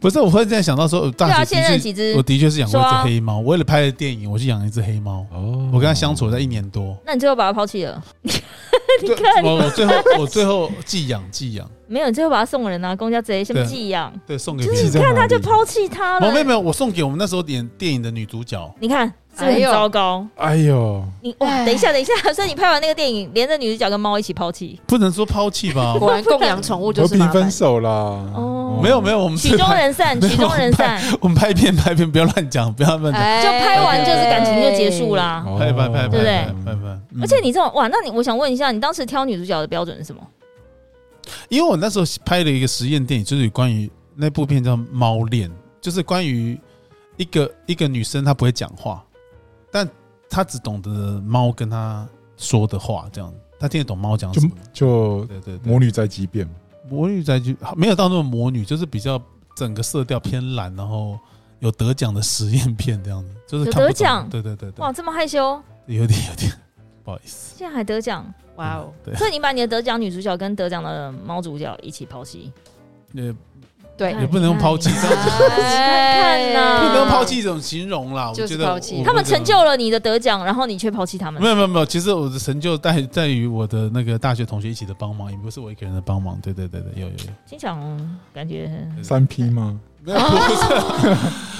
S2: 不是我忽然间想到说，呃
S1: 对
S2: 大
S1: 啊，
S2: 学
S1: 现任
S2: 的确
S1: 几只
S2: 我？的确是养过一
S1: 说啊
S2: 只黑猫，为了拍的电影，我去养了一只黑猫，
S3: 哦
S2: 我跟它相处了在一年多，
S1: 那你最后把它抛弃了？
S2: *laughs* 对，我我最后 *laughs* 我最后寄养寄养，
S1: 没有，你最后把它送人啊，公家直接
S2: 对
S1: 先寄养。
S2: 对，送给
S1: 就
S2: 别
S1: 是
S2: 人
S1: 你
S3: 你。
S1: 看他
S3: 在哪里
S1: 就抛弃他
S2: 哦，没有没
S1: 了。
S2: 有，我送给我们那时候演电影的女主角，
S1: 你看是不是
S4: 哎
S1: 很
S4: 呦
S1: 糟糕？
S3: 哎呦，
S1: 你哇，
S4: 哎？
S1: 等一下等一 *laughs* 下，所以你拍完那个电影，连着女主角跟猫一起抛弃，
S2: 不能说抛弃
S1: *laughs*
S2: 吧
S4: 果然供养宠物就
S3: 和
S4: 是
S3: 平
S4: 麻
S3: 分
S4: 烦。
S3: 手啦。
S1: 哦
S2: 没有没有，我们
S1: 曲
S2: *laughs* 是
S1: 终
S2: 拍 *laughs*
S1: 人散，曲终人散，就
S2: 我们拍片拍片，不要乱讲，不要乱讲，
S4: 哎
S1: 拍完就是感情就结束。啦。
S3: 哦，
S2: 拍拍拍
S1: 对不对
S2: 拍拍拍。嗯
S1: 而且你这种哇，那你我想问一下，你当时挑女主角的标准是什么？
S2: 因为我那时候拍了一个实验电影，就是有关于那部片叫《猫恋》，就是关于一个一个女生她不会讲话，但她只懂得猫跟她说的话，这样她听得懂猫讲什么。
S3: 就
S2: 对对对，
S3: 魔女宅急便嘛，
S2: 魔女宅急没有到那么魔女，就是比较整个色调偏蓝，然后有得奖的实验片这样子，就是看不懂
S1: 有得奖
S2: 对对对对
S1: 哇，，这么害羞，
S2: 有点有点不好意思。
S1: 现在还得奖，
S4: 哇哦，
S2: 对，
S1: 所以你把你的得奖女主角跟得奖的猫主角一起抛弃，
S2: 呃，
S4: 对哎
S1: 看
S2: 也不能用抛弃这样子，
S1: 哎看呐
S2: 不能用
S1: 啊
S2: 抛弃怎么形容啦？我
S4: 就
S2: 觉
S4: 是
S2: 得
S4: 抛弃
S2: 我
S1: 他们
S2: 我觉得
S1: 成就了你的得奖，然后你却抛弃他们
S2: 没。有没有没有，其实我的成就在在于我的那个大学同学一起的帮忙，也不是我一个人的帮忙。对对对对，有有有，
S1: 金奖感觉
S3: 三 P 吗？
S2: 没有不是
S1: 哦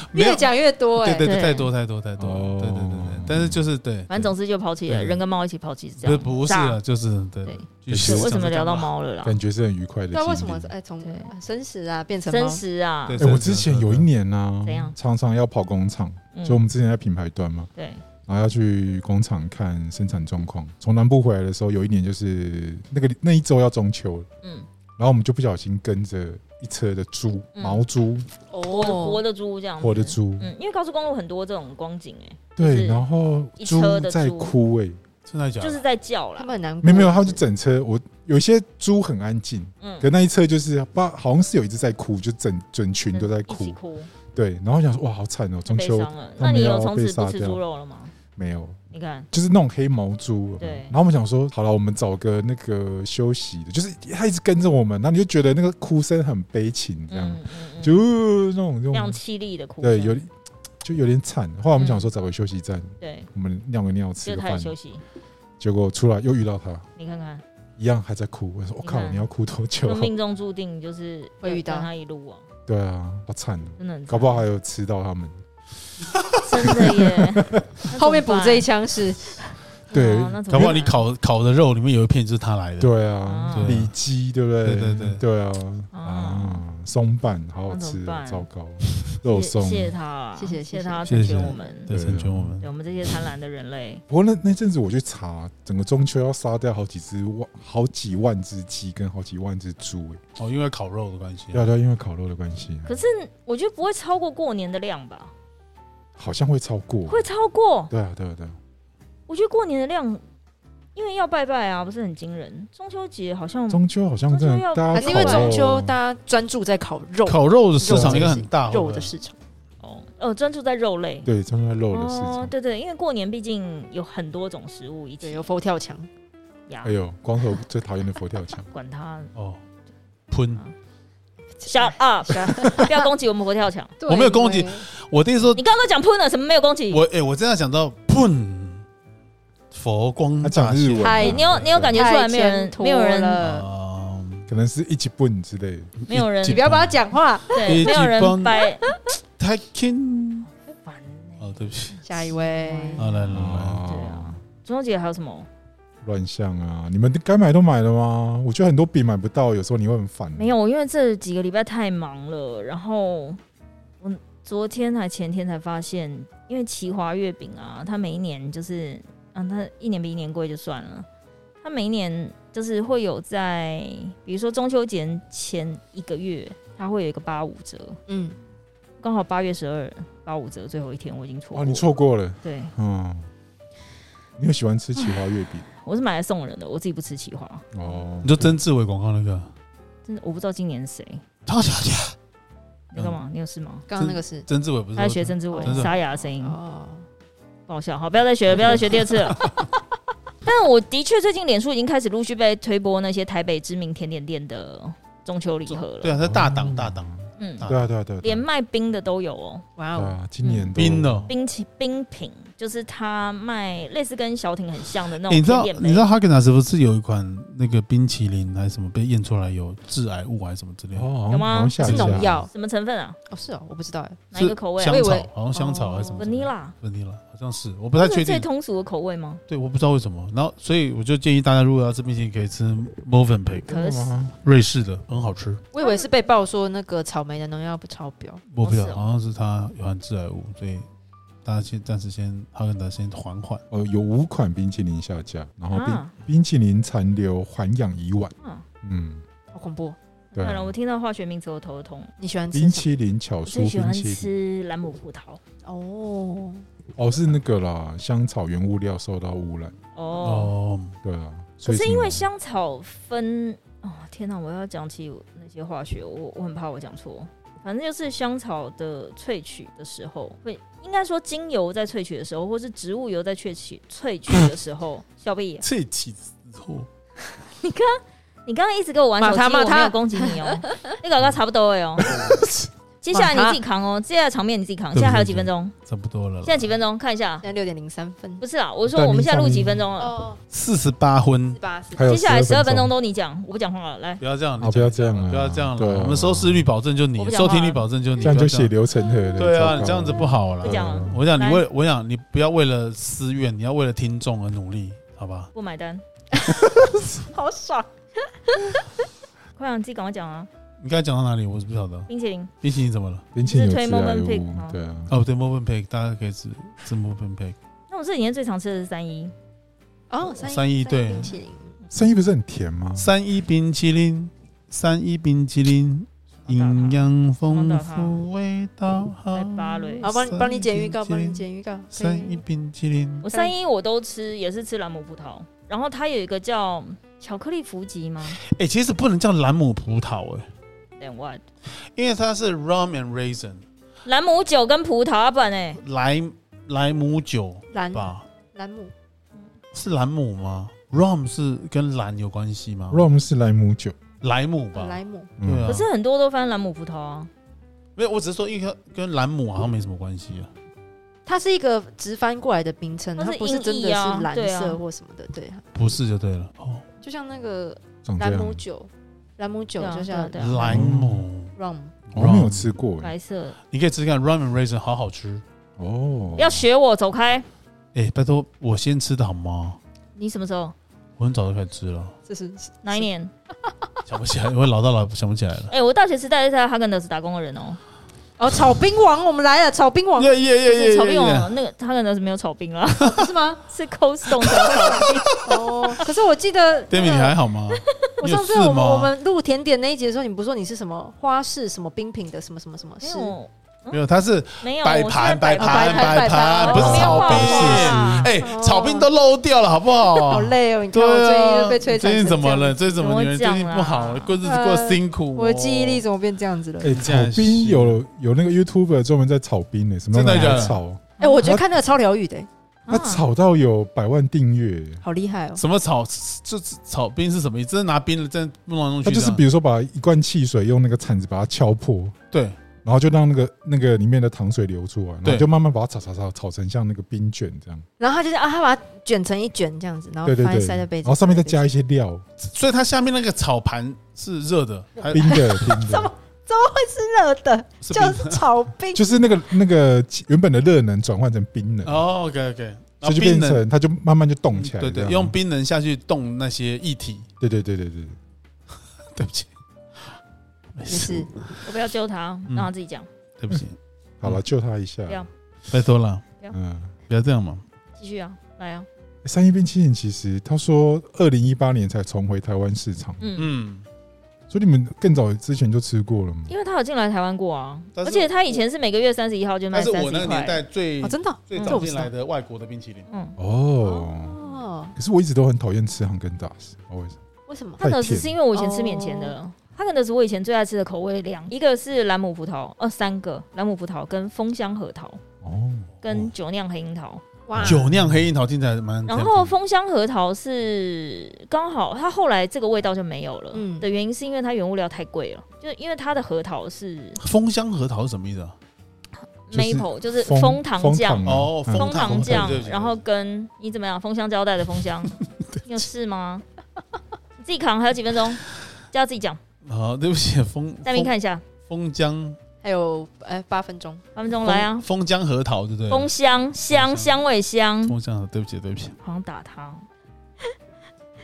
S2: *laughs* 没有
S4: 越，讲越多哎、
S2: 对对
S1: 对
S2: 对，太多太多太多
S3: 哦，
S2: 对对对对，但是就是对，
S1: 反正总之就抛弃了
S2: 对
S1: 人跟猫一起抛弃是这
S2: 不是
S1: 样。
S2: 不是
S1: 炸
S2: 啊，就是对
S1: 对，
S2: 继
S1: 是
S2: 续
S1: 为什
S2: 讲
S1: 么
S2: 这
S1: 聊
S2: 讲
S1: 到
S2: 吧？
S1: 猫了啦？
S3: 感觉是很愉快的。
S4: 对啊，为什么？哎从
S1: 对
S4: 生死啊变成
S1: 真
S4: 猫
S1: 实啊，
S2: 对
S3: 哎，我之前有一年呢
S1: 怎样，
S3: 常常要跑工厂，
S1: 嗯
S3: 就我们之前在品牌端嘛，
S1: 对，
S3: 然后要去工厂看生产状况。从南部回来的时候，有一年就是那个那一周要中秋了，
S1: 嗯，
S3: 然后我们就不小心跟着一车的猪，
S1: 嗯
S3: 毛猪，
S1: 活
S4: 哦
S1: 活的猪这样，
S3: 活的，猪，
S1: 嗯，因为高速公路很多这种光景，哎，就是
S3: 对，然后
S1: 一
S3: 猪
S1: 车的
S3: 在
S1: 猪
S3: 哭哎，
S2: 真的假
S1: 就是
S2: 的？
S1: 在叫啦，
S4: 他们很难过，
S3: 没有没有，它就整车我。有些猪很安静，
S1: 嗯，
S3: 可那一车就是不知道，好像是有一只在哭，就整整群都在
S1: 一起
S3: 哭。
S1: 哭，
S3: 对，然后我想说哇，好惨哦，
S1: 太
S3: 中
S1: 悲
S3: 秋
S1: 伤了。那你有从此不吃
S3: 啊他们要被杀掉
S1: 猪肉了吗？
S3: 没有，
S1: 你看，
S3: 就是那种黑毛猪。
S1: 对
S3: 然后我们想说，好了，我们找个那个休息的，就是它一直跟着我们，那你就觉得那个哭声很悲情，这样、
S1: 嗯嗯嗯，
S3: 就那种那
S1: 非常
S3: 种
S1: 凄厉的哭声，
S3: 对，有就有点惨。后来我们想说找个休息站，
S1: 对，
S3: 我们尿个尿，吃
S1: 就
S3: 个
S1: 他
S3: 饭
S1: 也，休息，
S3: 结果出来又遇到他，
S1: 你看看，
S3: 一样还在哭。我说我、
S1: 你
S3: 靠，
S1: 看
S3: 你要哭多久
S1: 就？命中注定就是
S4: 会遇到
S1: 跟他一路啊，
S3: *laughs* 对啊，好惨哦，
S1: 真的很惨，
S3: 搞不好还有吃到他们。
S1: 真的耶，
S4: *laughs* 后面补这一枪是
S3: 对
S1: 哦那怎么办
S2: 搞不好你烤烤的肉里面有一片就是他来的。
S3: 对
S1: 啊
S3: 啊
S2: 对，啊
S3: 里脊对不对？
S2: 对对对
S3: 对啊
S1: 啊
S3: 啊，松板好好
S1: 那怎
S3: 吃
S1: 么办
S3: 哦，糟
S1: *laughs*
S3: 糕，肉
S1: 谢
S3: 松。
S1: 谢谢他啊，
S4: 谢谢
S1: 谢谢他
S2: 谢
S1: 成
S2: 谢
S1: 全我们，
S2: 对，
S3: 对啊
S2: 成全我们。
S1: 对我们这些贪婪的人类，
S3: 不过那那阵子我去查，整个中秋要杀掉好几只万、好几万只鸡跟好几万只猪、欸，
S2: 哦，因为烤肉的关系
S3: 哎，，对啊对啊，因为烤肉的关系，啊
S1: 可是我觉得不会超过过年的量吧？
S3: 好像会超过，
S1: 会超过，
S3: 对啊对啊对啊，
S1: 我觉得过年的量，因为要拜拜啊，不是很惊人。中秋节好像
S3: 中秋好像真
S1: 中秋
S3: 的
S1: 要
S3: 嗯大家
S4: 还是因为
S3: 烤肉
S4: 中秋大家专注在烤肉
S2: 烤肉的市
S4: 肉
S2: 场应
S4: 这
S2: 该
S4: 个
S2: 很大，
S4: 肉的市场，
S1: 哦，呃，专注在肉类。
S3: 哦对中秋在肉的市
S1: 哦，
S3: 场，
S1: 对对，因为过年毕竟有很多种食物一
S4: 对，
S1: 起
S4: 有佛跳墙，
S1: 呀，
S3: 哎，呦，光头最讨厌的佛跳墙
S1: 管它
S2: 会不会哦，喷。
S1: ，shut up，不 *laughs* 要攻击我们佛跳墙。
S4: 对
S2: 我没有攻击，我弟说
S1: 你刚刚都讲喷了，什么没有攻击？
S2: 我哎、我真的想到砰，佛光
S3: 他
S2: 乍
S3: 讲
S2: 现
S3: 日文啊，
S1: 哎，你有你有感觉出来没有人
S4: 太牵
S1: 没有
S4: 拖
S1: 人
S4: 了
S2: 啊，
S3: 可能是一起笨之类的，
S1: 没有人
S2: 一
S4: 你不要帮他讲
S1: *laughs*
S4: 话。
S1: 对没有
S2: 一级棒
S1: 人掰，
S2: 太 king
S1: 烦欸
S2: 哦，对不起，
S4: 下一位，
S2: 啊来来来，
S3: 啊
S1: 对啊，中秋节还有什么？
S3: 乱象啊！你们该买都买了吗？我觉得很多饼买不到，有时候你会很烦。
S1: 没，有，因为这几个礼拜太忙了，然后我昨天还前天才发现，因为奇华月饼啊，它每一年就是，嗯、它一年比一年贵就算了，它每一年就是会有在，比如说中秋节前一个月，它会有一个八五折，
S4: 嗯，
S1: 刚好八月十二八五折最后一天，我已经错过
S3: 哦，
S1: 了。
S3: 你错过了，
S1: 对，
S3: 嗯。你有喜欢吃奇花月饼
S1: 我是买来送人的，我自己不吃奇华，
S3: 哦？
S2: 你就曾志伟广告那个，
S1: 真的我不知道今年是谁。
S2: 唐小姐，
S1: 你干嘛？你有事吗？
S4: 刚刚那个是
S2: 曾志伟嗯不是
S1: 他在学曾志伟
S2: 曾志伟
S1: 沙哑的声音。
S4: 哦，
S1: 不好笑，好，不要再学了，不要再学第二次
S2: *laughs*
S1: 了。但我的确最近脸书已经开始陆续被推播那些台北知名甜点店的中秋礼盒了。
S2: 对啊，他大档大档，
S1: 嗯，
S2: 大
S3: 对啊，对啊，对啊，对
S1: 连嗯
S3: 啊
S1: 卖冰的都有哦，
S4: 哇
S3: 对
S4: 哦，
S3: 啊，今年都
S2: 冰的哦。
S1: 冰淇冰品就是他卖类似跟小挺很像的那
S2: 欸
S1: 种
S2: 你知
S1: 甜
S2: 道
S1: 点杯。
S2: 你知道哈根达斯不是有一款那个冰淇淋还是什么被验出来有致癌物还是什么之类的？
S3: 哦，好像
S1: 有吗
S3: 好像吓一
S4: 是
S3: 跳
S4: 农药
S1: 什么成分啊？
S4: 哦，是哦，我不知道哎，
S1: 哪一个口味啊
S2: 香
S4: 我以
S2: 草
S4: 为，
S2: 好像香草还是什么之类的
S1: ？vanilla，
S2: ？vanilla 好像是，我不太
S1: 这
S2: 确
S1: 是最
S2: 定。
S1: 通俗的口味吗？
S2: 对，我不知道为什么。然后，所以我就建议大家，如果要吃冰淇淋，可以吃 Movenpick
S1: 可是
S3: 真的吗
S2: 瑞士的，很好吃。
S4: 我以为是被爆说那个草莓的农药不超标，
S2: 我不晓
S1: 是
S2: 得，
S1: 哦
S2: 好像是它有含致癌物，所以大家先暂时先哈根达斯先缓缓。
S3: 哦，有五款冰淇淋下架，然后冰
S1: 啊
S3: 冰淇淋残留环氧乙烷，
S1: 啊，
S3: 嗯，
S4: 好恐怖！哦
S3: 对啊
S1: 算了，我听到化学名词我头痛。
S4: 你喜欢吃
S3: 冰
S4: 什
S3: 淇淋巧
S1: 我
S3: 酥
S1: 最喜
S3: 冰
S1: 欢
S3: 淇淋，
S1: 吃蓝姆葡萄
S4: 么哦，
S3: 哦，是那个啦，香草原物料受到污染，
S1: 哦。
S2: 哦，
S3: 对啊，
S1: 可
S3: 所以
S1: 是因为
S3: 什么
S1: 香草分哦，天哪！我要讲起那些化学，我我很怕我讲错。反正就是香草的萃取的时候，会应该说精油在萃取的时候，或是植物油在
S3: *laughs*
S1: 萃取萃取的时候，小毕，
S2: 这起之后，
S1: 你看你刚刚一直给我玩手机，
S4: 骂他骂
S1: 我
S4: 他
S1: 没有攻击
S4: *laughs*
S1: 你哦，你搞到差不多
S3: *laughs*
S1: 了哦。接下来你自己扛哦，接下来场面你自己扛。现在还有几分钟？
S2: 差不多了啦
S1: 现，在几分钟？看一下
S4: 现，在六点零三分
S1: 不。是啊，我说我们现在录几分钟了？
S4: 哦，
S2: 四十八分
S4: 四，八十
S3: 还有
S1: 接下来十二分
S3: 12分
S1: 钟
S3: 钟
S1: 都你讲，我不讲话了。 *laughs* 来，
S2: 不要这样，
S3: 啊，不要这样
S2: 你
S3: 了，
S2: 不要这样
S3: 对
S2: 了，
S3: 啊
S2: 我们收视率保证就
S1: 我
S2: 你，
S1: 不讲
S2: 收
S1: 话
S2: 听率保证就你，
S3: 这样
S2: 不
S3: 就
S2: 要
S3: 血流成河了。
S2: 对
S3: 糟
S2: 啊，
S3: 糕
S2: 你这样子不好了
S1: 不。讲了
S2: 我想你
S1: 来
S2: 为我想你不要为了私怨，你要为了听众而努力，好吧？
S1: 不买 *laughs* 单，好爽！ *laughs* 快让自己赶快讲啊！
S2: 你刚才讲到哪里？我是不晓得。
S1: 冰淇淋，
S2: 冰淇淋怎么了？
S3: 冰淇淋有
S1: 是推
S3: 致癌
S1: Moment Pig，好
S3: 物，对啊，
S2: 哦，对，Mopen Peg，大家可以吃吃 Mopen Peg。
S1: 那我这几天最常吃的是三一，
S4: 哦，
S2: 三一对
S4: 冰淇淋，
S3: 生意不是很甜吗？
S2: 三一冰淇淋，三一冰淇淋，营养丰富，味道好
S1: 在。芭蕾
S4: 好，帮你帮你剪预告，帮你剪预告。可
S2: 三一
S4: 以
S2: 冰淇淋，
S1: 我三一我都吃，也是吃蓝姆葡萄，然后它有一个叫巧克力福吉吗
S2: 哎，其实不能叫蓝姆葡萄哎，
S1: ？Then what？
S2: 因为它是 rum and raisin，
S1: 蓝姆酒跟葡萄啊，不然呢？
S2: 莱莱姆酒
S4: 蓝
S2: 吧？
S4: 蓝姆
S2: 是兰姆吗？rum 是跟蓝有关系吗
S3: rum 是莱姆酒，
S2: 莱姆吧？
S4: 莱姆，
S3: 嗯
S2: 对啊
S1: 可是很多都翻蓝姆葡萄啊。
S2: 没有，我只是说，因为它跟兰姆好像没什么关系啊。
S4: 它是一个直翻过来的冰称，
S1: 它
S4: 它
S1: 是
S4: 不是真
S1: 音
S4: 的
S1: 译啊
S4: 是蓝
S1: 对啊
S4: 色或什么的，对，
S2: 不是就对了。哦，
S4: 就像那个
S3: 长
S2: 啊
S3: 这
S4: 兰姆
S3: 样。
S4: 酒，兰姆酒
S1: 对啊
S4: 就像
S1: 对啊
S2: 莱姆，
S4: rum，
S3: 哦我没有吃过哎
S1: 白色，
S2: 你可以吃吃看 rum and raisin，好好吃。
S3: 哦，
S1: 要学我走开！
S2: 哎、拜托，我先吃的好吗？
S1: 你什么时候？
S2: 我很早就开始吃了，
S4: 这是
S1: 哪一年？
S2: 想不起来，我 *laughs* 老到老想不起来了。
S1: 哎、我大学时代是在哈根达斯打工的人哦、
S4: 哦，炒冰王，我们来了，炒
S2: *laughs*
S4: 冰王
S2: 耶耶
S1: 不是
S2: 耶
S1: 炒冰
S2: 耶
S4: 啊
S2: 耶！
S1: 王，那个哈根达斯没有炒冰啊，
S4: 是吗？
S1: 是 Cold Stone 的。
S4: 哦，可是我记得
S2: d a m i 你还好吗？
S4: *laughs* 我
S2: 你有
S4: 上次
S2: 事
S4: 我们
S2: 吗
S4: 我们录甜点那一集的时候，你不是说你是什么花式什么冰品的什么什么什么？
S1: 没
S4: *laughs* 是
S1: 有
S2: 没有，它是
S1: 没有，
S2: 摆
S1: 我是在
S2: 盘，摆
S1: 摆
S2: 盘，
S4: 摆
S2: 摆
S4: 摆
S2: 盘，
S4: 摆
S2: 不是
S1: 没有
S2: 炒
S1: 画
S2: 冰。
S1: 画
S2: 哎、
S4: 哦
S2: 炒冰都漏掉了，好不好
S4: *laughs* 好？累哦，你看
S2: 对
S4: 我最近
S2: 啊
S4: 又被，摧残。
S2: 最近怎么了？？最近怎
S1: 怎
S2: 么
S1: 么
S2: 你们最近
S1: 讲
S2: 不好，
S1: 啦
S2: 过日子过得辛苦哦、
S4: 啊呃我的记忆力怎么变这样子了？
S3: 哎，
S2: 这样
S3: 炒冰
S2: 是
S3: 有有那个 YouTuber 专门在炒冰呢，什么
S2: 真的假的
S3: 来炒？
S4: 哎，我觉得看那个超疗愈的，
S1: 啊
S3: 他炒到有百万订阅，
S4: 好厉害哦！
S2: 什么炒这这炒冰是什么意思？真的拿冰在弄来弄
S3: 他
S2: 去这样，
S3: 就是比如说把一罐汽水用那个铲子把它敲破，
S2: 对
S3: 然后就让那个那个里面的糖水流出来，然后
S2: 对
S3: 就慢慢把它炒炒炒炒成像那个冰卷这样。
S4: 然后他就是啊，他把它卷成一卷这样子，然后
S3: 对对
S4: 放在
S3: 对，
S4: 塞在杯
S3: 然
S4: 子，
S3: 后上面再加一些料，
S2: 所以它下面那个炒盘是热的，还
S3: 冰的冰的，
S4: 是热的，
S2: 是冰
S4: 叫
S2: 的。
S4: 炒冰。
S3: 就是那个那个原本的热能转换成冰能，
S2: 哦，OK OK，然后
S3: 所以就
S2: 冰
S3: 变
S2: 冷，
S3: 成它就慢慢就冻起来这
S2: 嗯对
S3: 样。
S2: 对，用冰冷下去冻那些液体。 *laughs*
S3: 对对对对对，
S2: 对不起，没
S4: 也是，
S1: 我不要揪他，
S2: 嗯
S1: 让他自己讲。
S2: *laughs* 对不起，
S3: 好
S2: 嗯
S3: 了，救他一下
S1: 不。要
S2: *laughs* 拜托了，
S3: 嗯，哎
S2: 不要这样嘛。
S1: 继续啊，来啊，
S3: 三一冰淇淋其实他说二零一八年才重回台湾市场，
S1: 嗯，
S2: 嗯，
S3: 所以你们更早之前就吃过了吗？
S1: 因为他有进来台湾过啊，
S2: 但是
S1: 而且他以前是每个月三十一号就卖
S2: 但是
S1: 三十
S2: 我那个
S1: 一
S2: 年
S1: 块。
S2: 代最
S4: 哦，真的哦
S2: 最
S4: 这
S2: 早
S4: 我不知
S2: 进
S4: 道
S2: 来的外国的冰淇淋，
S1: 嗯，
S3: 哦，
S4: 哦，
S3: 可是我一直都很讨厌吃汉根达斯，哦我也是
S4: 为什么？
S1: 汉德
S3: 太
S1: 斯
S3: 甜
S1: 是因为我以前吃免钱
S4: 哦
S1: 的。哈根德斯我以前最爱吃的口味两，一个是蓝姆葡萄，呃，三个蓝姆葡萄跟枫香核桃
S3: 哦，
S1: 跟酒酿黑樱桃，
S4: 哇
S2: 酒酿黑樱桃进来蛮。
S1: 然后枫香核桃是刚好它后来这个味道就没有了，
S4: 嗯
S1: 的原因是因为它原物料太贵了，就因为它的核桃是
S2: 枫香核桃是什么意思啊？
S3: 就是
S1: maple，就是
S3: 枫
S1: 枫糖
S3: 枫
S1: 酱，
S3: 啊
S2: 哦，
S3: 嗯
S1: 枫
S2: 枫
S1: 糖酱
S2: 对不，起
S1: 然后跟你怎么样？封箱胶带的封
S2: *laughs*
S1: 箱，你有事吗？你自己扛，还有几分钟，叫他自己讲。
S2: 好，哦 *laughs* 对不起，枫
S1: 戴明看一下，
S2: 枫江
S4: 还有哎八分钟，
S1: 八分钟来啊！
S2: 枫江核桃对不对？
S1: 封香香
S2: 香
S1: 香味香，
S2: 枫江，对不起，对不起，
S1: 好像打他哦。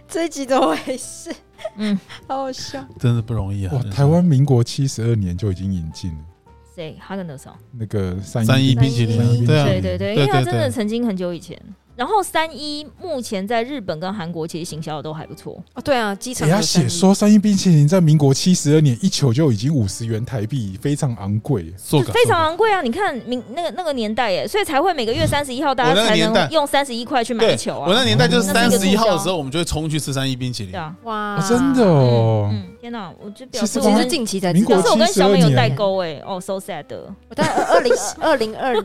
S4: 这一集怎么回事？
S1: 嗯，
S4: 好好笑。
S2: 真的不容易啊
S3: 哇！，
S2: 真是
S3: 台湾民国七十二年就已经引进了
S1: 谁？哈根德斯哦。
S3: 那个三
S2: 三一
S3: 冰
S2: 冰淇
S4: 三一
S2: 淋，
S4: 冰
S2: 对啊，
S1: 对对对，因为他
S2: 对
S1: 真的曾经很久以前。然后三一目前在日本跟韩国其实行销的都还不错，
S4: 哦，对啊，机场
S3: 人家哎
S4: 有
S3: 写
S4: 生意
S3: 说三一冰淇淋在民国七十二年一球就已经五十元台币，非常昂贵。
S2: 做个
S1: 非常昂贵啊！你看明那个那个年代耶，所以才会每个月三十一号大
S2: 我那
S1: 家
S2: 个
S1: 才
S2: 年
S1: 能
S2: 代
S1: 用三十一块去买
S2: 对
S1: 球
S2: 我
S1: 啊。
S2: 那年代就是
S1: 那是
S2: 三
S1: 一个
S2: 十一号
S1: 促销
S2: 的时候，我们就会冲去吃三一冰淇淋
S1: 对。啊，
S4: 哇
S3: 啊真的哦
S1: 嗯，嗯天哪，我就表
S3: 其
S1: 示
S3: 实
S1: 我
S4: 其
S1: 们
S4: 实近期才知
S3: 民
S1: 可，
S3: 国
S4: 道
S1: 是我跟小美有代沟哎、哦，so sad。
S4: 我在二零 *laughs* 二零二零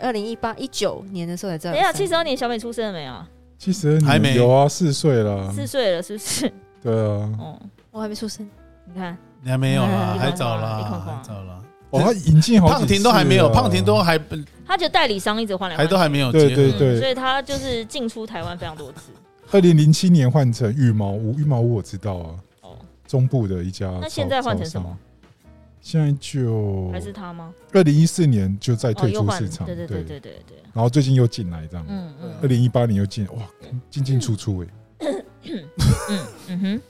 S4: 二零一八一九年的时候才知道
S1: 等
S4: 有
S1: 一
S4: 三个。
S1: 下，七十二年小美出生了没有啊？
S3: 七十二
S2: 还没
S3: 年有啊，四岁了。
S1: 四岁了是不是？
S3: 对啊，
S1: 哦，
S4: 我还没出生，
S1: 你看，
S2: 你还没有啦，
S1: 嗯
S2: 还早啦，
S1: 你看看
S2: 还早啦。
S3: 哦，他引进好几次
S2: 胖婷都还没有，
S3: 了
S2: 胖婷都还
S1: 他觉得代理商一直换来换
S2: 还
S1: 去
S2: 都还没有
S3: 对
S2: 结
S3: 对
S2: 婚
S1: 嗯，所以他就是进出台湾非常多次。
S3: 二零零七年换成羽毛屋，羽毛屋我知道啊，
S1: 哦，
S3: 中部的一家超。
S1: 那现在换成
S3: 超
S1: 什
S3: 商
S1: 么？
S3: 现在就
S1: 还是他吗？
S3: 二零一四年就再
S1: 哦，
S3: 哦退
S1: 又
S3: 出
S1: 换
S3: 市场，
S1: 对对对对对对，
S3: 然后最近又进来这样，
S1: 嗯
S4: 啊
S1: 嗯
S3: 二零一八年又进，哇，进进出出哎、
S1: 嗯嗯哼，